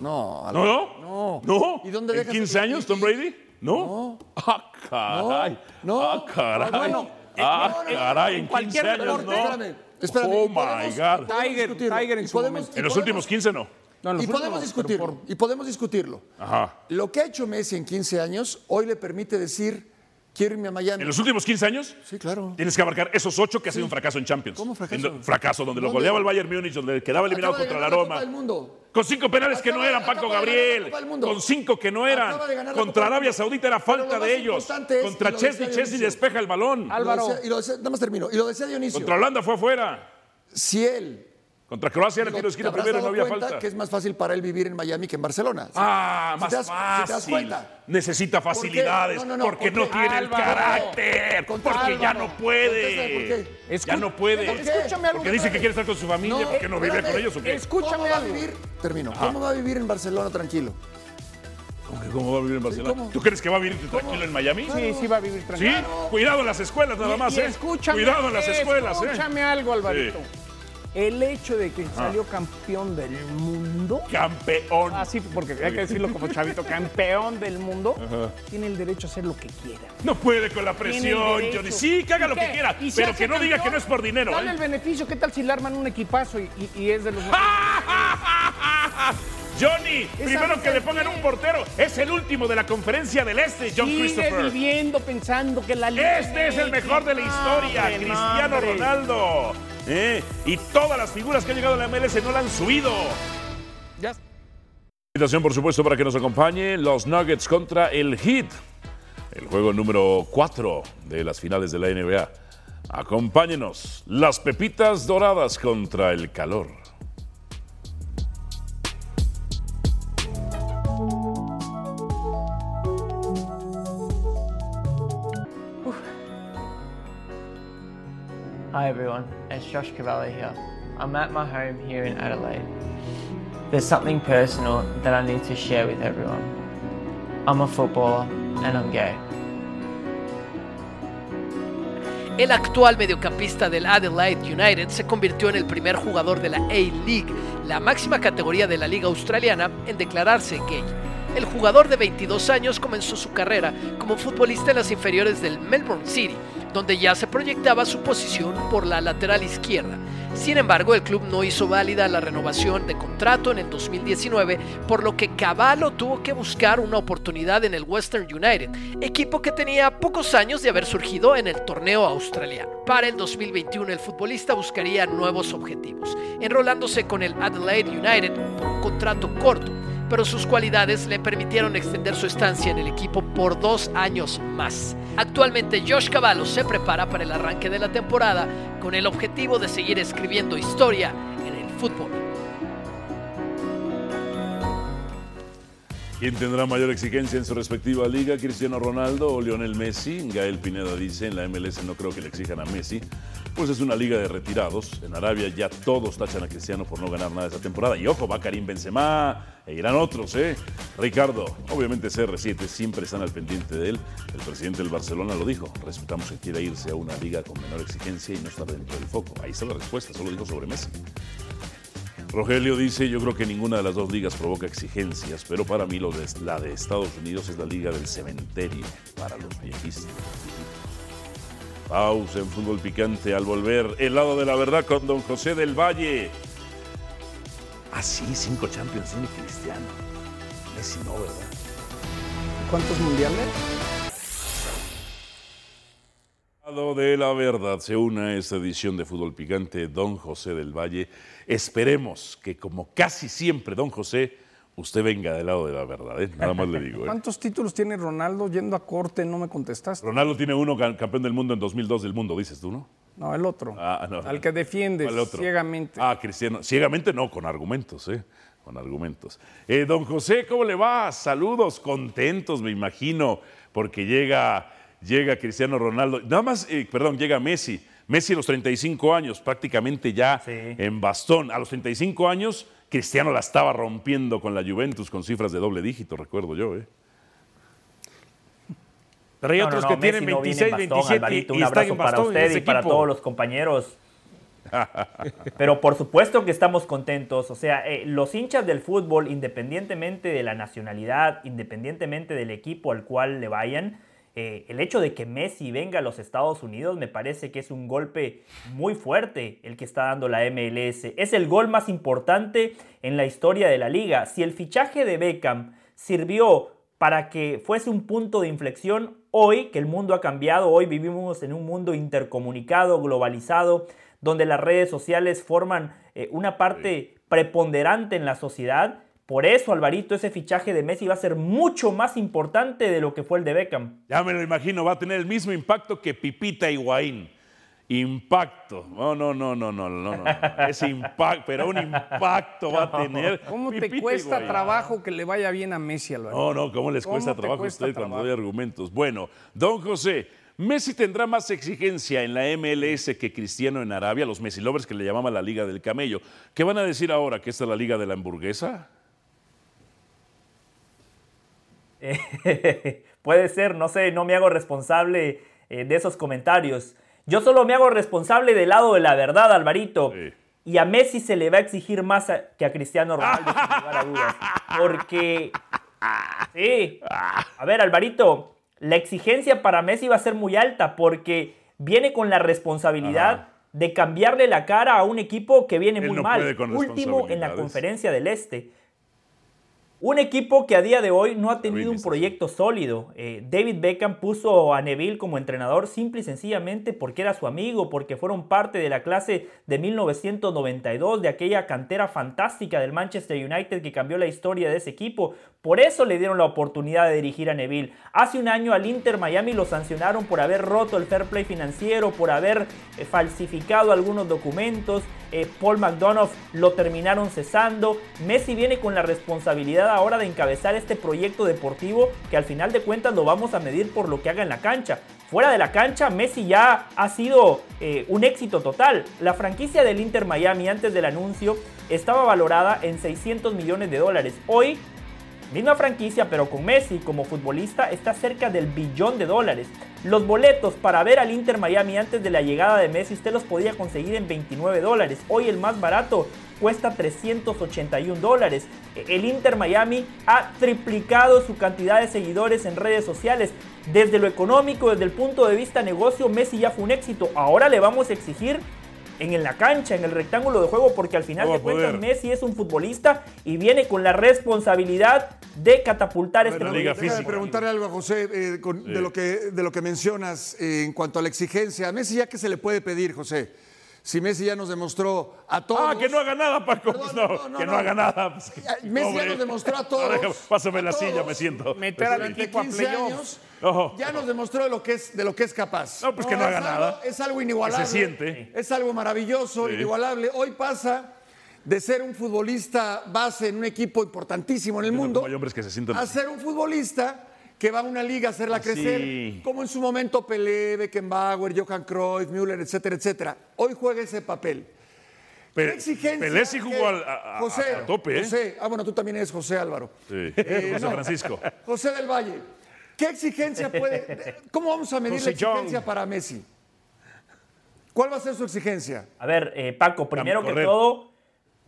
Speaker 7: No, Al-
Speaker 2: ¿No, no?
Speaker 7: No.
Speaker 2: ¿No?
Speaker 7: ¿Y dónde
Speaker 2: ¿En
Speaker 7: dejas-
Speaker 2: 15 años, Tom Brady? ¿No? Ah, caray.
Speaker 7: No.
Speaker 2: Ah, caray.
Speaker 7: Ah, bueno.
Speaker 2: Ah,
Speaker 7: No, no, no.
Speaker 2: caray, en
Speaker 7: En
Speaker 2: 15
Speaker 6: cualquier
Speaker 2: años,
Speaker 6: deporte,
Speaker 2: no.
Speaker 7: espérame, espérame.
Speaker 2: Oh,
Speaker 7: Y podemos-
Speaker 2: my God.
Speaker 7: podemos
Speaker 6: Tiger,
Speaker 7: discutirlo.
Speaker 6: Tiger en
Speaker 7: Y
Speaker 6: su
Speaker 7: podemos-
Speaker 6: momento.
Speaker 7: y
Speaker 2: En los
Speaker 7: podemos-
Speaker 2: últimos 15 no.
Speaker 6: No, en los
Speaker 7: Y podemos
Speaker 6: últimos, pero
Speaker 7: discutirlo. Y podemos discutirlo.
Speaker 2: Ajá.
Speaker 7: Lo que ha hecho Messi en 15 años hoy le permite decir, quiero irme a Miami.
Speaker 2: En los últimos 15 años
Speaker 7: Sí, claro.
Speaker 2: tienes que abarcar esos ocho que ha sido un fracaso en Champions.
Speaker 7: ¿Cómo fracaso?
Speaker 2: En- fracaso, donde lo
Speaker 7: ¿Dónde?
Speaker 2: goleaba el Bayern Múnich, donde quedaba eliminado
Speaker 7: Acaba de
Speaker 2: contra la
Speaker 7: ganar la
Speaker 2: Roma.
Speaker 7: Copa del Mundo.
Speaker 2: Con cinco penales que
Speaker 7: Acaba
Speaker 2: no
Speaker 7: de-
Speaker 2: eran, Paco
Speaker 7: acaba de ganar la
Speaker 2: Gabriel.
Speaker 7: Copa del Mundo.
Speaker 2: Con cinco que no eran.
Speaker 7: Acaba de ganar la Copa
Speaker 2: Contra
Speaker 7: del
Speaker 2: Arabia
Speaker 7: Mundo.
Speaker 2: Saudita era falta
Speaker 7: Pero lo
Speaker 2: de
Speaker 7: más
Speaker 2: ellos.
Speaker 7: importante es, y
Speaker 2: Contra
Speaker 7: lo
Speaker 2: Chesney,
Speaker 7: decía
Speaker 2: Chesney
Speaker 7: Dionisio.
Speaker 2: despeja el balón.
Speaker 7: Y lo
Speaker 6: Álvaro.
Speaker 7: decía- y lo decía- nada más termino. Y lo decía Dionisio.
Speaker 2: Contra Holanda fue afuera.
Speaker 7: Si él
Speaker 2: Contra Croacia era el tiro de
Speaker 7: te
Speaker 2: esquina
Speaker 7: habrás
Speaker 2: primero y no
Speaker 7: dado
Speaker 2: había
Speaker 7: cuenta
Speaker 2: falta.
Speaker 7: que es más fácil para él vivir en Miami que en Barcelona. Si-
Speaker 2: Ah,
Speaker 7: si
Speaker 2: más
Speaker 7: te das-
Speaker 2: fácil.
Speaker 7: si te das cuenta.
Speaker 2: Necesita
Speaker 7: qué?
Speaker 2: facilidades.
Speaker 7: No, no, no,
Speaker 2: porque
Speaker 7: ¿por
Speaker 2: no
Speaker 7: qué?
Speaker 2: tiene el
Speaker 6: Álvaro.
Speaker 2: carácter.
Speaker 7: Contra-
Speaker 2: porque ya
Speaker 7: Álvaro.
Speaker 2: no puede.
Speaker 7: Contéstame, ¿por qué?
Speaker 2: Ya no puede.
Speaker 7: ¿Por qué? Escúchame algo.
Speaker 2: Porque dice que quiere estar con su familia.
Speaker 7: No,
Speaker 2: porque no vive
Speaker 7: espérame.
Speaker 2: con ellos o qué?
Speaker 6: Escúchame
Speaker 7: ¿Cómo va a
Speaker 6: algo.
Speaker 7: vivir? Termino. ¿Cómo va a vivir en Barcelona tranquilo?
Speaker 2: ¿Cómo que ¿Cómo va a vivir en Barcelona?
Speaker 7: ¿cómo?
Speaker 2: ¿Tú crees que va a vivir tranquilo en Miami?
Speaker 6: Sí, sí va a vivir
Speaker 2: Sí,
Speaker 6: tranquilo.
Speaker 2: cuidado en las escuelas nada más,
Speaker 6: Y
Speaker 2: ¿eh?
Speaker 6: escúchame,
Speaker 2: Cuidado en las escuelas, ¿eh?
Speaker 6: Escúchame algo, Alvarito.
Speaker 2: Sí.
Speaker 6: El hecho de que salió campeón del mundo.
Speaker 2: Campeón.
Speaker 6: Así, porque hay que decirlo como chavito, campeón del mundo, tiene el derecho a hacer lo que quiera.
Speaker 2: No puede con la presión,
Speaker 6: Tiene
Speaker 2: Johnny.
Speaker 6: derecho.
Speaker 2: Sí, que haga
Speaker 6: ¿Y
Speaker 2: lo
Speaker 6: qué?
Speaker 2: que quiera,
Speaker 6: ¿Y si
Speaker 2: pero
Speaker 6: hace
Speaker 2: que no diga
Speaker 6: campeón?
Speaker 2: que no es por dinero,
Speaker 6: Dale
Speaker 2: ¿eh?
Speaker 6: el beneficio, ¿qué tal si le arman un equipazo y, y- y es de los...
Speaker 2: Johnny, primero
Speaker 6: Esa
Speaker 2: que le
Speaker 6: mujer
Speaker 2: pongan
Speaker 6: qué.
Speaker 2: un portero, es el último de la conferencia del Este, John
Speaker 6: Sigue
Speaker 2: Christopher.
Speaker 6: viviendo pensando que la Liga
Speaker 2: Este es el
Speaker 6: MX,
Speaker 2: mejor de la historia,
Speaker 6: hombre,
Speaker 2: Cristiano
Speaker 6: hombre.
Speaker 2: Ronaldo. ¿eh? Y todas las figuras que han llegado a la MLS no la han subido.
Speaker 6: Ya-
Speaker 2: Invitación, por supuesto, para que nos acompañe los Nuggets contra el Heat. El juego número 4 de las finales de la NBA. Acompáñenos, las pepitas doradas contra el calor.
Speaker 8: Hi everyone, it's Josh Cavalli here. I'm at my home here in Adelaide. There's something personal that I need to share with everyone. I'm a footballer and I'm gay.
Speaker 9: El actual mediocampista del Adelaide United se convirtió en el primer jugador de la A-League, la máxima categoría de la liga australiana, en declararse gay. El jugador de 22 años comenzó su carrera como futbolista en las inferiores del Melbourne City, donde ya se proyectaba su posición por la lateral izquierda. Sin embargo, el club no hizo válida la renovación de contrato en el 2019, por lo que Cavallo tuvo que buscar una oportunidad en el Western United, equipo que tenía pocos años de haber surgido en el torneo australiano. Para el 2021, el futbolista buscaría nuevos objetivos, enrolándose con el Adelaide United por un contrato corto pero sus cualidades le permitieron extender su estancia en el equipo por dos años más. Actualmente Josh Cavallo se prepara para el arranque de la temporada con el objetivo de seguir escribiendo historia en el fútbol.
Speaker 2: ¿Quién tendrá mayor exigencia en su respectiva liga? ¿Cristiano Ronaldo o Lionel Messi? Gael Pineda dice, en la MLS no creo que le exijan a Messi, pues es una liga de retirados. En Arabia ya todos tachan a Cristiano por no ganar nada esta temporada. Y ojo, va Karim Benzema, e irán otros, ¿eh? Ricardo, obviamente CR7 siempre están al pendiente de él. El presidente del Barcelona lo dijo, respetamos que quiera irse a una liga con menor exigencia y no estar dentro del foco. Ahí está la respuesta, solo dijo sobre Messi. Rogelio dice, yo creo que ninguna de las dos ligas provoca exigencias, pero para mí lo de- la de Estados Unidos es la liga del cementerio para los viejistas. Pausa en fútbol picante al volver. El lado de la verdad con don José del Valle. Ah, sí, cinco Champions League Cristiano. Messi no, ¿verdad?
Speaker 6: ¿Cuántos mundiales?
Speaker 2: Lado de la verdad se une a esta edición de Fútbol Picante Don José del Valle. Esperemos que como casi siempre, Don José, usted venga del lado de la verdad. ¿eh? Nada más le digo. ¿eh?
Speaker 6: ¿Cuántos títulos tiene Ronaldo yendo a corte? No me contestaste.
Speaker 2: Ronaldo tiene uno ca- campeón del mundo en 2002 del mundo, dices tú, ¿no?
Speaker 6: No, el otro.
Speaker 2: Ah, no.
Speaker 6: Al que defiendes
Speaker 2: ¿Cuál otro?
Speaker 6: ciegamente.
Speaker 2: Ah, Cristiano. Ciegamente no, con argumentos, ¿eh? Con argumentos. Eh, don José, ¿cómo le va? Saludos, contentos, me imagino, porque llega, llega Cristiano Ronaldo. Nada más, eh, perdón, llega Messi. Messi a los 35 años, prácticamente ya en bastón. A los 35 años, Cristiano la estaba rompiendo con la Juventus con cifras de doble dígito, recuerdo yo, ¿eh?
Speaker 5: Pero hay
Speaker 10: No, no,
Speaker 5: otros
Speaker 10: no,
Speaker 5: que
Speaker 10: Messi
Speaker 5: tienen
Speaker 10: no viene
Speaker 5: 26,
Speaker 10: en bastón,
Speaker 5: 27
Speaker 10: Alvarito,
Speaker 5: y
Speaker 10: un
Speaker 5: están
Speaker 10: abrazo
Speaker 5: en
Speaker 10: para
Speaker 5: bastón en
Speaker 10: usted
Speaker 5: ese
Speaker 10: y para
Speaker 5: equipo.
Speaker 10: todos los compañeros. Pero por supuesto que estamos contentos. O sea, eh, los hinchas del fútbol, independientemente de la nacionalidad, independientemente del equipo al cual le vayan, eh, el hecho de que Messi venga a los Estados Unidos me parece que es un golpe muy fuerte el que está dando la MLS. Es el gol más importante en la historia de la liga. Si el fichaje de Beckham sirvió para que fuese un punto de inflexión hoy, que el mundo ha cambiado, hoy vivimos en un mundo intercomunicado, globalizado, donde las redes sociales forman eh, una parte preponderante en la sociedad. Por eso, Alvarito, ese fichaje de Messi va a ser mucho más importante de lo que fue el de Beckham.
Speaker 2: Ya me lo imagino, va a tener el mismo impacto que Pipita Higuaín. Impacto. No, no, no, no, no, no, no. no. Ese impacto, pero un impacto va a tener.
Speaker 6: ¿Cómo te
Speaker 2: Pipita
Speaker 6: cuesta
Speaker 2: Higuaín.
Speaker 6: trabajo que le vaya bien a Messi, Alvarito?
Speaker 2: No, no, ¿cómo les
Speaker 6: ¿Cómo
Speaker 2: cuesta
Speaker 6: te
Speaker 2: trabajo a
Speaker 6: cuesta
Speaker 2: ustedes cuando
Speaker 6: trabajo?
Speaker 2: doy argumentos? Bueno, don José, Messi tendrá más exigencia en la MLS que Cristiano en Arabia, los Messi lovers que le llamaban la Liga del Camello. ¿Qué van a decir ahora? ¿Que esta es la Liga de la Hamburguesa?
Speaker 10: Eh, puede ser, no sé, no me hago responsable eh, de esos comentarios. Yo solo me hago responsable del lado de la verdad, Alvarito.
Speaker 2: Sí.
Speaker 10: Y a Messi se le va a exigir más a- que a Cristiano Ronaldo, sin lugar a dudas. Porque. Sí. A ver, Alvarito, la exigencia para Messi va a ser muy alta porque viene con la responsabilidad de cambiarle la cara a un equipo que viene
Speaker 2: Él
Speaker 10: muy
Speaker 2: no
Speaker 10: mal.
Speaker 2: puede con
Speaker 10: Último en la
Speaker 2: responsabilidades.
Speaker 10: conferencia del Este. Un equipo que a día de hoy no ha tenido un
Speaker 2: Vinicius.
Speaker 10: proyecto sólido. Eh, David Beckham puso a Neville como entrenador simple y sencillamente porque era su amigo, porque fueron parte de la clase de 1992, de aquella cantera fantástica del Manchester United que cambió la historia de ese equipo. Por eso le dieron la oportunidad de dirigir a Neville. Hace un año al Inter Miami lo sancionaron por haber roto el fair play financiero, por haber eh, falsificado algunos documentos. Eh, Paul McDonough lo terminaron cesando. Messi viene con la responsabilidad ahora de encabezar este proyecto deportivo que al final de cuentas lo vamos a medir por lo que haga en la cancha. Fuera de la cancha, Messi ya ha sido eh, un éxito total. La franquicia del Inter Miami antes del anuncio estaba valorada en 600 millones de dólares. Hoy Misma franquicia, pero con Messi como futbolista está cerca del billón de dólares. Los boletos para ver al Inter Miami antes de la llegada de Messi usted los podía conseguir en 29 dólares. Hoy el más barato cuesta 381 dólares. El Inter Miami ha triplicado su cantidad de seguidores en redes sociales. Desde lo económico, desde el punto de vista negocio, Messi ya fue un éxito. Ahora le vamos a exigir en la cancha, en el rectángulo de juego, porque al final
Speaker 2: No va
Speaker 10: de
Speaker 2: a
Speaker 10: cuentas
Speaker 2: poder.
Speaker 10: Messi es un futbolista y viene con la responsabilidad de catapultar este
Speaker 2: la
Speaker 10: proyecto.
Speaker 2: liga
Speaker 7: Déjame preguntarle algo a José eh, con- de, lo que, de lo que mencionas eh, en cuanto a la exigencia. A Messi ya que se le puede pedir, José. Si Messi ya nos demostró a todos.
Speaker 2: Ah, que no haga nada, Paco.
Speaker 7: Perdón,
Speaker 2: no,
Speaker 7: no, no,
Speaker 2: que no,
Speaker 7: no.
Speaker 2: haga nada. Pues,
Speaker 7: Ah, Messi ya
Speaker 2: pobre.
Speaker 7: nos demostró a
Speaker 2: No,
Speaker 7: todos.
Speaker 2: déjame, Pásame
Speaker 7: a
Speaker 2: la silla,
Speaker 7: todos,
Speaker 2: me siento. Este,
Speaker 11: Meter
Speaker 2: Sí.
Speaker 11: al
Speaker 7: durante
Speaker 11: equipo a
Speaker 7: 15
Speaker 11: playoffs.
Speaker 7: años,
Speaker 2: No.
Speaker 7: Ya nos demostró de lo que es, de lo que es capaz.
Speaker 2: No, pues que no haga
Speaker 7: es algo-
Speaker 2: nada.
Speaker 7: Es algo inigualable.
Speaker 2: Que se siente.
Speaker 7: Es algo maravilloso,
Speaker 2: Sí.
Speaker 7: inigualable. Hoy pasa de ser un futbolista base en un equipo importantísimo en el
Speaker 2: Pero
Speaker 7: mundo.
Speaker 2: como hay hombres que Ah, se sientan
Speaker 7: A ser un futbolista que va a una liga a hacerla crecer, como en su momento Pelé, Beckenbauer, Johan Cruyff, Müller, etcétera, etcétera. Hoy juega ese papel.
Speaker 2: Pe-
Speaker 7: Qué exigencia
Speaker 2: Pelé sí
Speaker 7: que-
Speaker 2: jugó al, a, a-
Speaker 7: José,
Speaker 2: a tope, ¿eh?
Speaker 7: José, ah, bueno, tú también eres José Álvaro.
Speaker 2: Sí.
Speaker 7: Eh,
Speaker 2: José
Speaker 7: no.
Speaker 2: Francisco.
Speaker 7: José del Valle, ¿qué exigencia puede. ¿Cómo vamos a medir
Speaker 11: José
Speaker 7: la exigencia
Speaker 11: John.
Speaker 7: para Messi? ¿Cuál va a ser su exigencia?
Speaker 10: A ver, eh, Paco, primero que
Speaker 2: correr.
Speaker 10: todo,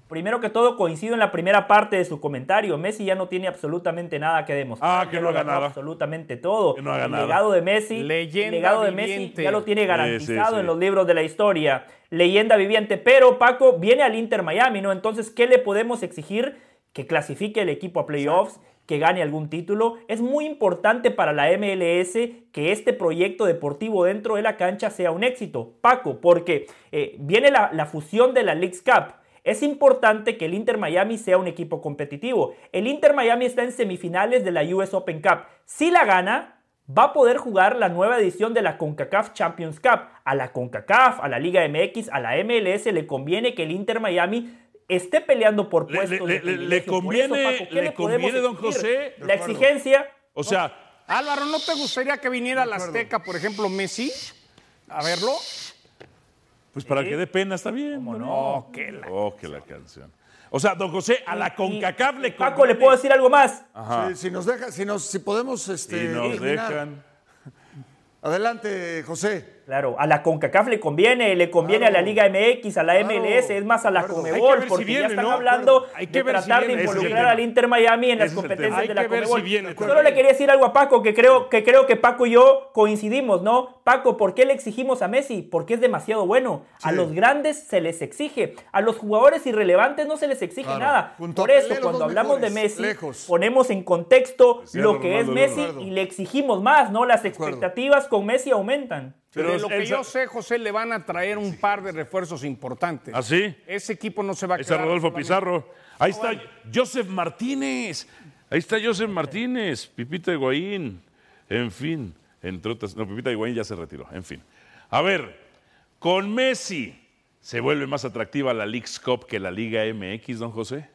Speaker 10: primero que todo coincido en la primera parte de su comentario. Messi ya no tiene absolutamente nada que demostrar.
Speaker 2: Ah, que
Speaker 10: Ya
Speaker 2: no
Speaker 10: lo
Speaker 2: haga
Speaker 10: ganó
Speaker 2: nada.
Speaker 10: Absolutamente todo.
Speaker 2: Que no haga
Speaker 10: el
Speaker 2: nada.
Speaker 10: legado de Messi, el
Speaker 2: Leyenda
Speaker 10: legado de
Speaker 2: viviente.
Speaker 10: Messi ya lo tiene garantizado
Speaker 2: sí.
Speaker 10: en los libros de la historia. Leyenda viviente, pero Paco viene al Inter Miami, ¿no? Entonces, ¿qué le podemos exigir? Que clasifique el equipo a playoffs, que gane algún título. Es muy importante para la MLS que este proyecto deportivo dentro de la cancha sea un éxito, Paco, porque eh, viene la, la fusión de la League's Cup. Es importante que el Inter Miami sea un equipo competitivo. El Inter Miami está en semifinales de la US Open Cup. Si la gana, va a poder jugar la nueva edición de la CONCACAF Champions Cup. A la CONCACAF, a la Liga MX, a la MLS le conviene que el Inter Miami esté peleando por
Speaker 2: Le- le-
Speaker 10: puestos de
Speaker 2: le- le-
Speaker 10: privilegio.
Speaker 2: le
Speaker 10: Por
Speaker 2: conviene-
Speaker 10: eso, Paco, ¿qué
Speaker 2: le
Speaker 10: podemos
Speaker 2: conviene, don
Speaker 10: exigir?
Speaker 2: José?
Speaker 10: La exigencia
Speaker 2: O sea,
Speaker 5: Álvaro, ¿no te gustaría que viniera al Azteca, por ejemplo, Messi? A verlo.
Speaker 2: pues para que dé pena está bien.
Speaker 10: no? Qué la-
Speaker 2: Oh, que la canción. O sea, don José, a la CONCACAF le
Speaker 10: Paco, ¿le puedo decir algo más?
Speaker 7: Si, si nos deja, si nos, si podemos, este,
Speaker 2: Y nos
Speaker 7: terminar.
Speaker 2: dejan.
Speaker 7: Adelante, José.
Speaker 10: Claro, a la CONCACAF le conviene, le conviene a la Liga MX, a la
Speaker 7: Claro.
Speaker 10: MLS, es más a la
Speaker 7: Hay que ver
Speaker 10: Comebol,
Speaker 2: si
Speaker 10: porque
Speaker 2: viene,
Speaker 10: ya están
Speaker 2: ¿no?
Speaker 10: hablando
Speaker 2: Hay que
Speaker 10: de
Speaker 2: ver si
Speaker 10: tratar
Speaker 2: viene.
Speaker 10: de
Speaker 2: Ese es el
Speaker 10: involucrar
Speaker 2: tema.
Speaker 10: al Inter Miami en
Speaker 2: Ese
Speaker 10: las
Speaker 2: es el
Speaker 10: competencias
Speaker 2: tema.
Speaker 10: de
Speaker 2: Hay
Speaker 10: la
Speaker 2: que ver
Speaker 10: Comebol.
Speaker 2: si viene
Speaker 10: Solo
Speaker 2: también.
Speaker 10: le quería decir algo a Paco, que creo, que creo que Paco y yo coincidimos, ¿no? Paco, ¿por qué le exigimos a Messi? Porque es demasiado bueno. A los grandes se les exige, a los jugadores irrelevantes no se les exige nada.
Speaker 7: Junto a
Speaker 10: Por eso,
Speaker 7: Pelé, los
Speaker 10: cuando
Speaker 7: dos
Speaker 10: hablamos de
Speaker 7: mejores,
Speaker 10: Messi,
Speaker 7: lejos.
Speaker 10: ponemos en contexto
Speaker 2: Cristiano
Speaker 10: lo que es
Speaker 2: Ronaldo,
Speaker 10: Messi
Speaker 7: Leonardo.
Speaker 10: y le exigimos más, ¿no? Las
Speaker 7: acuerdo.
Speaker 10: expectativas con Messi aumentan.
Speaker 2: Pero
Speaker 5: de lo que
Speaker 2: Elsa-
Speaker 5: yo sé, José, le van a traer un par de refuerzos importantes.
Speaker 2: ¿Ah, sí?
Speaker 5: Ese equipo no se va a
Speaker 2: Ahí está
Speaker 5: quedar.
Speaker 2: Rodolfo
Speaker 5: solamente-
Speaker 2: Pizarro. Ahí está Joseph Martínez. Ahí está Joseph Martínez, Pipita Higuaín. En fin, entre otras. No, Pipita Higuaín ya se retiró. En fin. A ver, con Messi se vuelve más atractiva la League's Cup que la Liga MX, don José.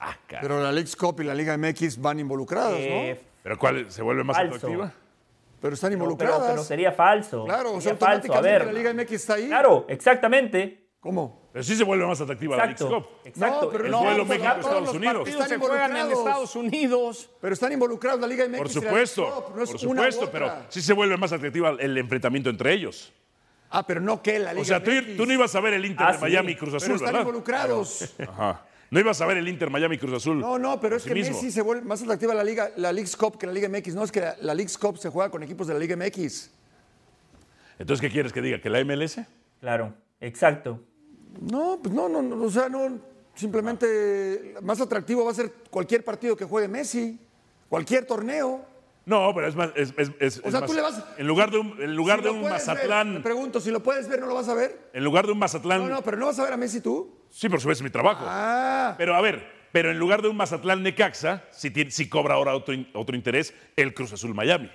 Speaker 2: Ah, caray.
Speaker 7: Pero la Leagues Cup y la Liga MX van involucradas,
Speaker 10: Eh,
Speaker 7: ¿no?
Speaker 2: ¿Pero cuál se vuelve más
Speaker 10: Falso.
Speaker 2: atractiva?
Speaker 7: Pero están
Speaker 10: no, pero,
Speaker 7: involucradas.
Speaker 10: pero sería falso.
Speaker 7: Claro, o sea,
Speaker 10: Sería falso. A
Speaker 7: automáticamente
Speaker 10: ver,
Speaker 7: la Liga MX está ahí.
Speaker 10: claro, exactamente.
Speaker 7: ¿Cómo?
Speaker 2: Pero sí se vuelve más atractiva
Speaker 10: Exacto.
Speaker 2: la League's Cup.
Speaker 10: exacto.
Speaker 7: No, pero
Speaker 2: El
Speaker 7: no,
Speaker 2: duelo
Speaker 7: pero
Speaker 2: México-Estados
Speaker 7: todos los
Speaker 2: Unidos.
Speaker 7: partidos
Speaker 5: Ellos se
Speaker 7: Están
Speaker 5: juegan en
Speaker 7: involucrados.
Speaker 5: Estados Unidos.
Speaker 7: Pero están involucrados la Liga MX.
Speaker 2: Por
Speaker 7: y la Leagues
Speaker 2: supuesto,
Speaker 7: Cup, no es
Speaker 2: por
Speaker 7: una u
Speaker 2: supuesto, pero
Speaker 7: otra.
Speaker 2: sí se vuelve más atractiva el enfrentamiento entre ellos.
Speaker 7: Ah, pero no que la Liga
Speaker 2: O sea, tú,
Speaker 7: MX.
Speaker 2: tú no ibas a ver el Inter
Speaker 10: Ah,
Speaker 2: de
Speaker 10: sí.
Speaker 2: Miami y Cruz
Speaker 7: Pero
Speaker 2: Azul,
Speaker 7: están
Speaker 2: ¿verdad?
Speaker 7: involucrados.
Speaker 2: Ajá. No ibas a ver el Inter Miami Cruz Azul.
Speaker 7: No, no, pero
Speaker 2: por
Speaker 7: es
Speaker 2: sí
Speaker 7: que
Speaker 2: mismo.
Speaker 7: Messi se vuelve más atractiva la Liga, la Leagues Cup que la Liga MX. No, es que la, la Leagues Cup se juega con equipos de la Liga MX.
Speaker 2: Entonces, ¿qué quieres que diga? ¿Que la MLS?
Speaker 10: Claro, exacto.
Speaker 7: No, pues no, no, no, o sea, no. Simplemente más atractivo va a ser cualquier partido que juegue Messi, cualquier torneo.
Speaker 2: No, pero es más. Es, es- es-
Speaker 7: O
Speaker 2: es
Speaker 7: sea,
Speaker 2: más-
Speaker 7: tú le vas-
Speaker 2: En lugar de un, en lugar
Speaker 7: Si
Speaker 2: de
Speaker 7: lo
Speaker 2: un
Speaker 7: puedes ver,
Speaker 2: Mazatlán.
Speaker 7: te pregunto, si lo puedes ver, ¿no lo vas a ver?
Speaker 2: En lugar de un Mazatlán.
Speaker 7: No, no, pero ¿no vas a ver a Messi tú?
Speaker 2: Sí, por supuesto, es mi trabajo.
Speaker 7: Ah,
Speaker 2: Pero a ver, pero en lugar de un Mazatlán Necaxa, si, tiene- si cobra ahora otro, in- otro interés, el Cruz Azul Miami.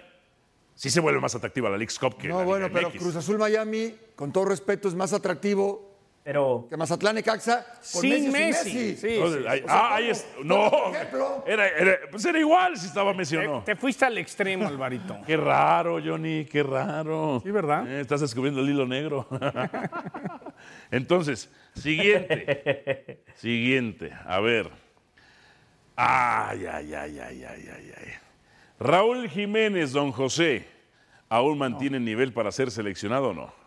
Speaker 2: Sí se vuelve más atractiva la League's Cup que la
Speaker 7: no,
Speaker 2: Liga
Speaker 7: bueno, pero
Speaker 2: MX.
Speaker 7: Cruz Azul Miami, con todo respeto, es más atractivo
Speaker 10: Pero
Speaker 7: que Mazatlán y Caxa con
Speaker 5: Sin
Speaker 7: Messi. o sin
Speaker 5: Messi. Sí,
Speaker 2: Entonces, ahí-
Speaker 7: O sea,
Speaker 2: ah, ahí
Speaker 7: ¿cómo?
Speaker 2: es. No.
Speaker 7: Por ejemplo.
Speaker 2: Era, era- pues era igual si estaba Messi o
Speaker 5: Te-
Speaker 2: no.
Speaker 5: Te, fuiste al extremo, Alvarito.
Speaker 2: Qué raro, Johnny, qué raro.
Speaker 5: Sí, ¿verdad?
Speaker 2: Eh, estás descubriendo el hilo negro. Entonces, siguiente. siguiente. A ver. Ay, ay, ay, ay, ay, ay, ay. Raúl Jiménez, don José, ¿aún mantiene nivel para ser seleccionado o no?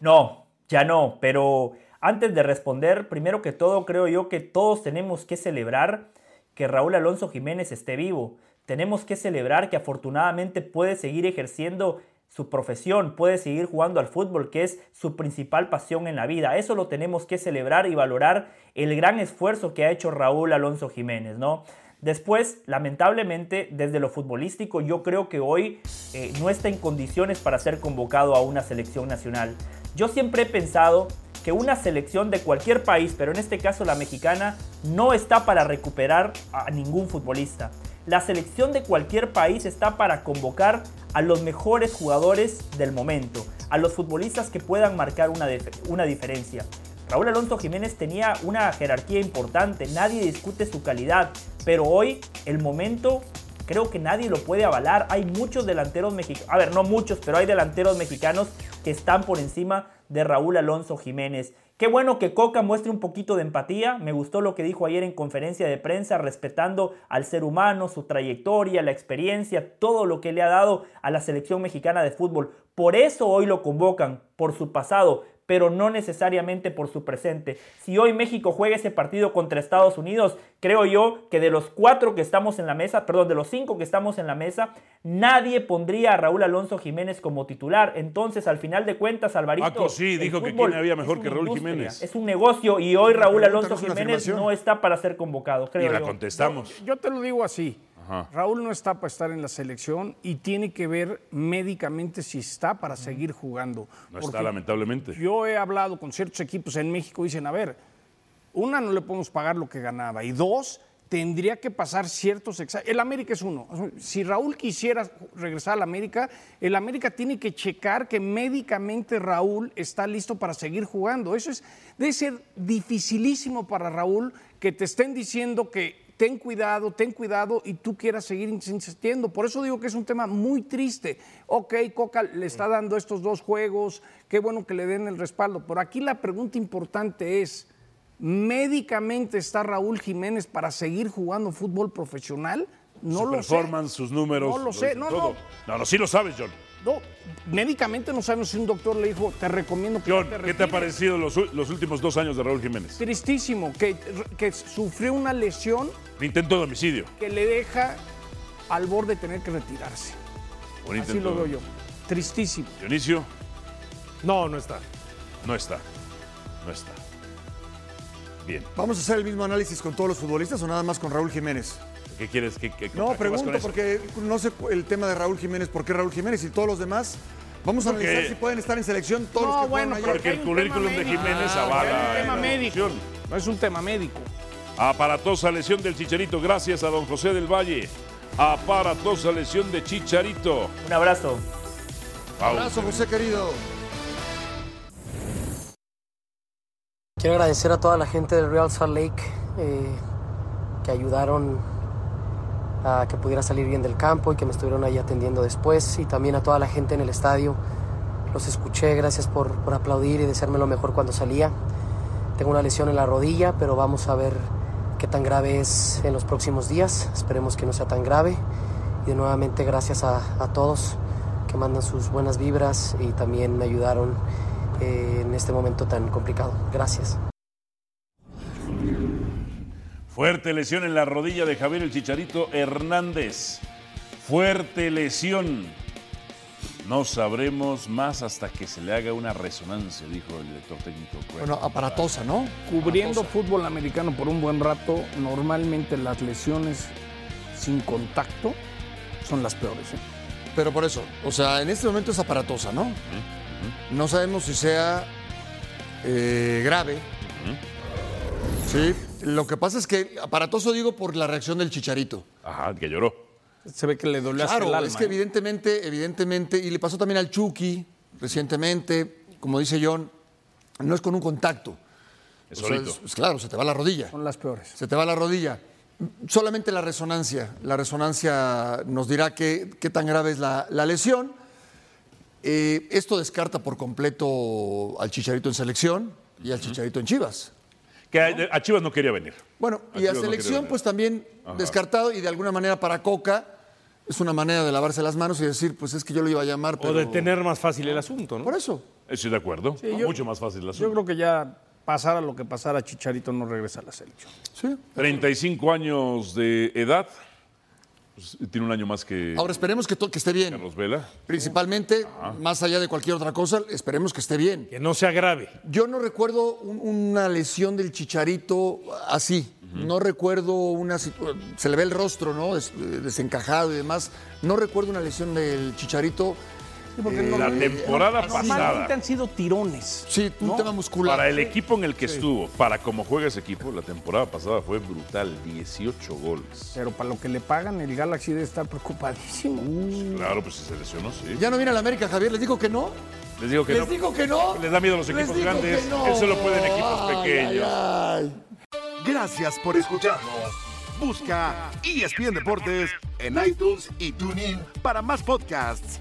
Speaker 10: no, ya no. Pero antes de responder, primero que todo, creo yo que todos tenemos que celebrar que Raúl Alonso Jiménez esté vivo. Tenemos que celebrar que afortunadamente puede seguir ejerciendo su profesión, puede seguir jugando al fútbol, que es su principal pasión en la vida. Eso lo tenemos que celebrar y valorar el gran esfuerzo que ha hecho Raúl Alonso Jiménez, ¿no? Después, lamentablemente, desde lo futbolístico, yo creo que hoy eh, no está en condiciones para ser convocado a una selección nacional. Yo siempre he pensado que una selección de cualquier país, pero en este caso la mexicana, no está para recuperar a ningún futbolista. La selección de cualquier país está para convocar a los mejores jugadores del momento, a los futbolistas que puedan marcar una, una diferencia. Raúl Alonso Jiménez tenía una jerarquía importante, nadie discute su calidad, pero hoy el momento creo que nadie lo puede avalar. Hay muchos delanteros mexicanos, a ver, no muchos, pero hay delanteros mexicanos que están por encima de Raúl Alonso Jiménez. Qué bueno que Coca muestre un poquito de empatía. Me gustó lo que dijo ayer en conferencia de prensa, respetando al ser humano, su trayectoria, la experiencia, todo lo que le ha dado a la selección mexicana de fútbol. Por eso hoy lo convocan, por su pasado, pero no necesariamente por su presente. Si hoy México juega ese partido contra Estados Unidos, creo yo que de los cuatro que estamos en la mesa, perdón, de los cinco que estamos en la mesa, nadie pondría a Raúl Alonso Jiménez como titular. Entonces, al final de cuentas, Alvarito.
Speaker 12: Paco sí,
Speaker 10: el
Speaker 12: dijo que
Speaker 10: fútbol
Speaker 12: quién había mejor
Speaker 10: es
Speaker 12: que
Speaker 10: una
Speaker 12: Raúl
Speaker 10: industria,
Speaker 12: Jiménez.
Speaker 10: Es un negocio y hoy Raúl
Speaker 7: pregunta
Speaker 10: Alonso
Speaker 7: no es una
Speaker 10: Jiménez
Speaker 7: afirmación.
Speaker 10: no está para ser convocado, creo
Speaker 12: Y la
Speaker 10: yo.
Speaker 12: contestamos.
Speaker 6: Yo te lo digo así.
Speaker 12: Ajá.
Speaker 6: Raúl no está para estar en la selección y tiene que ver médicamente si está para seguir jugando.
Speaker 12: No
Speaker 6: Porque
Speaker 12: está, lamentablemente.
Speaker 6: Yo he hablado con ciertos equipos en México y dicen, a ver, una, no le podemos pagar lo que ganaba y dos, tendría que pasar ciertos exámenes. El América es uno. Si Raúl quisiera regresar al América, el América tiene que checar que médicamente Raúl está listo para seguir jugando. Eso es, debe ser dificilísimo para Raúl que te estén diciendo que ten cuidado, ten cuidado y tú quieras seguir insistiendo. Por eso digo que es un tema muy triste. Ok, Coca le está dando estos dos juegos, qué bueno que le den el respaldo, pero aquí la pregunta importante es, ¿médicamente está Raúl Jiménez para seguir jugando fútbol profesional? No
Speaker 12: su
Speaker 6: lo sé.
Speaker 12: performance, sus números.
Speaker 6: No lo sé,
Speaker 12: dicen
Speaker 6: no,
Speaker 12: todo.
Speaker 6: no.
Speaker 12: No, no, sí lo sabes, John.
Speaker 6: No, médicamente no sabemos si un doctor le dijo, te recomiendo que
Speaker 12: John,
Speaker 6: te
Speaker 12: ¿qué te ha
Speaker 6: retires".
Speaker 12: parecido los, u- los últimos dos años de Raúl Jiménez?
Speaker 6: Tristísimo, que, que sufrió una lesión
Speaker 12: Un intento de homicidio.
Speaker 6: que le deja al borde de tener que retirarse.
Speaker 12: Un
Speaker 6: Así
Speaker 12: intento
Speaker 6: lo
Speaker 12: de-
Speaker 6: veo yo. Tristísimo.
Speaker 12: Dionisio,
Speaker 5: No, no está.
Speaker 12: no está. No está. Bien.
Speaker 7: ¿Vamos a hacer el mismo análisis con todos los futbolistas o nada más con Raúl Jiménez?
Speaker 12: ¿Qué quieres? ¿Qué, qué-
Speaker 7: No,
Speaker 12: a qué vas con
Speaker 7: pregunto
Speaker 12: eso?
Speaker 7: porque no sé cu- el tema de Raúl Jiménez, por qué Raúl Jiménez y todos los demás. Vamos a
Speaker 12: Porque-
Speaker 7: analizar si pueden estar en selección todos los
Speaker 6: No,
Speaker 7: que jugaron
Speaker 6: bueno,
Speaker 7: ayer.
Speaker 6: pero
Speaker 12: Porque
Speaker 6: hay
Speaker 12: el
Speaker 6: un tema
Speaker 12: currículum de
Speaker 6: médico.
Speaker 12: Jiménez
Speaker 6: Ah,
Speaker 12: avala
Speaker 6: hay un tema
Speaker 12: la
Speaker 6: médico.
Speaker 12: elección.
Speaker 6: No es un tema médico.
Speaker 12: Aparatosa lesión del Chicharito, gracias a don José del Valle. Aparatosa lesión de Chicharito.
Speaker 10: Un abrazo.
Speaker 12: Pausa.
Speaker 7: Abrazo, José querido.
Speaker 13: Quiero agradecer a toda la gente del Real Salt Lake eh, que ayudaron a que pudiera salir bien del campo y que me estuvieron ahí atendiendo después y también a toda la gente en el estadio. Los escuché, gracias por, por aplaudir y desearme lo mejor cuando salía. Tengo una lesión en la rodilla, pero vamos a ver qué tan grave es en los próximos días. Esperemos que no sea tan grave. Y nuevamente gracias a, a todos que mandan sus buenas vibras y también me ayudaron eh, en este momento tan complicado. Gracias.
Speaker 12: Fuerte lesión en la rodilla de Javier el Chicharito Hernández. Fuerte lesión. No sabremos más hasta que se le haga una resonancia, dijo el director técnico. Craig.
Speaker 7: Bueno, aparatosa, ¿no?
Speaker 6: Cubriendo fútbol americano por un buen rato, normalmente las lesiones sin contacto son las peores. ¿eh?
Speaker 7: Pero por eso, o sea, en este momento es aparatosa, ¿no? No sabemos si sea eh, grave. Sí, lo que pasa es que aparatoso digo por la reacción del chicharito.
Speaker 12: Ajá, que lloró.
Speaker 6: Se ve que le dolió hasta
Speaker 7: Claro,
Speaker 6: el alma.
Speaker 7: es que
Speaker 6: ¿eh?
Speaker 7: evidentemente, evidentemente, y le pasó también al Chucky recientemente, como dice John, no es con un contacto.
Speaker 12: Es
Speaker 7: O sea,
Speaker 12: solito.
Speaker 7: es- es claro, se te va la rodilla.
Speaker 6: Son las peores.
Speaker 7: Se te va la rodilla. Solamente la resonancia. La resonancia nos dirá qué, qué tan grave es la, la lesión. Eh, esto descarta por completo al Chicharito en selección y al Chicharito en Chivas.
Speaker 12: Que a a Chivas no quería venir.
Speaker 7: Bueno,
Speaker 12: A
Speaker 7: y a
Speaker 12: Chivas no quería
Speaker 7: selección,
Speaker 12: venir.
Speaker 7: pues también descartado y de alguna manera para Coca es una manera de lavarse las manos y decir, pues es que yo lo iba a llamar, pero...
Speaker 5: O de tener más fácil el asunto, ¿no?
Speaker 7: Por eso.
Speaker 12: Estoy de acuerdo.
Speaker 2: Ah,
Speaker 6: yo-
Speaker 12: Mucho más fácil la
Speaker 6: Yo creo que ya pasara lo que pasara, Chicharito no regresa a la selección.
Speaker 7: Sí.
Speaker 12: 35 años de edad.
Speaker 2: Pues, tiene un año más que.
Speaker 7: Ahora esperemos que, to- que esté bien.
Speaker 2: Carlos Vela.
Speaker 7: Principalmente, más allá de cualquier otra cosa, esperemos que esté bien.
Speaker 5: Que no se agrave.
Speaker 7: Yo no recuerdo un- una lesión del chicharito así. No recuerdo una situ- Se le ve el rostro, ¿no? Des- desencajado y demás. No recuerdo una lesión del chicharito. eh,
Speaker 12: La temporada
Speaker 7: así.
Speaker 12: pasada.
Speaker 6: han sido tirones.
Speaker 7: Sí, un tema muscular.
Speaker 12: Para
Speaker 2: Para el equipo en el que estuvo, para cómo juega ese equipo, la temporada pasada fue brutal, 18 goles.
Speaker 6: Pero para lo que le pagan, el Galaxy debe estar preocupadísimo.
Speaker 2: Claro, pues se lesionó, sí.
Speaker 7: Ya no viene a la América, Javier. Les digo que no.
Speaker 2: Les digo que
Speaker 7: les
Speaker 2: no.
Speaker 7: digo que no.
Speaker 2: Les da miedo a los
Speaker 7: Les
Speaker 2: equipos
Speaker 7: digo
Speaker 2: grandes.
Speaker 7: que no.
Speaker 2: Él solo puede en equipos
Speaker 7: Ay,
Speaker 2: pequeños.
Speaker 7: ay, ay.
Speaker 1: Gracias por escucharnos. E Busca ESPN Deportes en iTunes y TuneIn para más podcasts.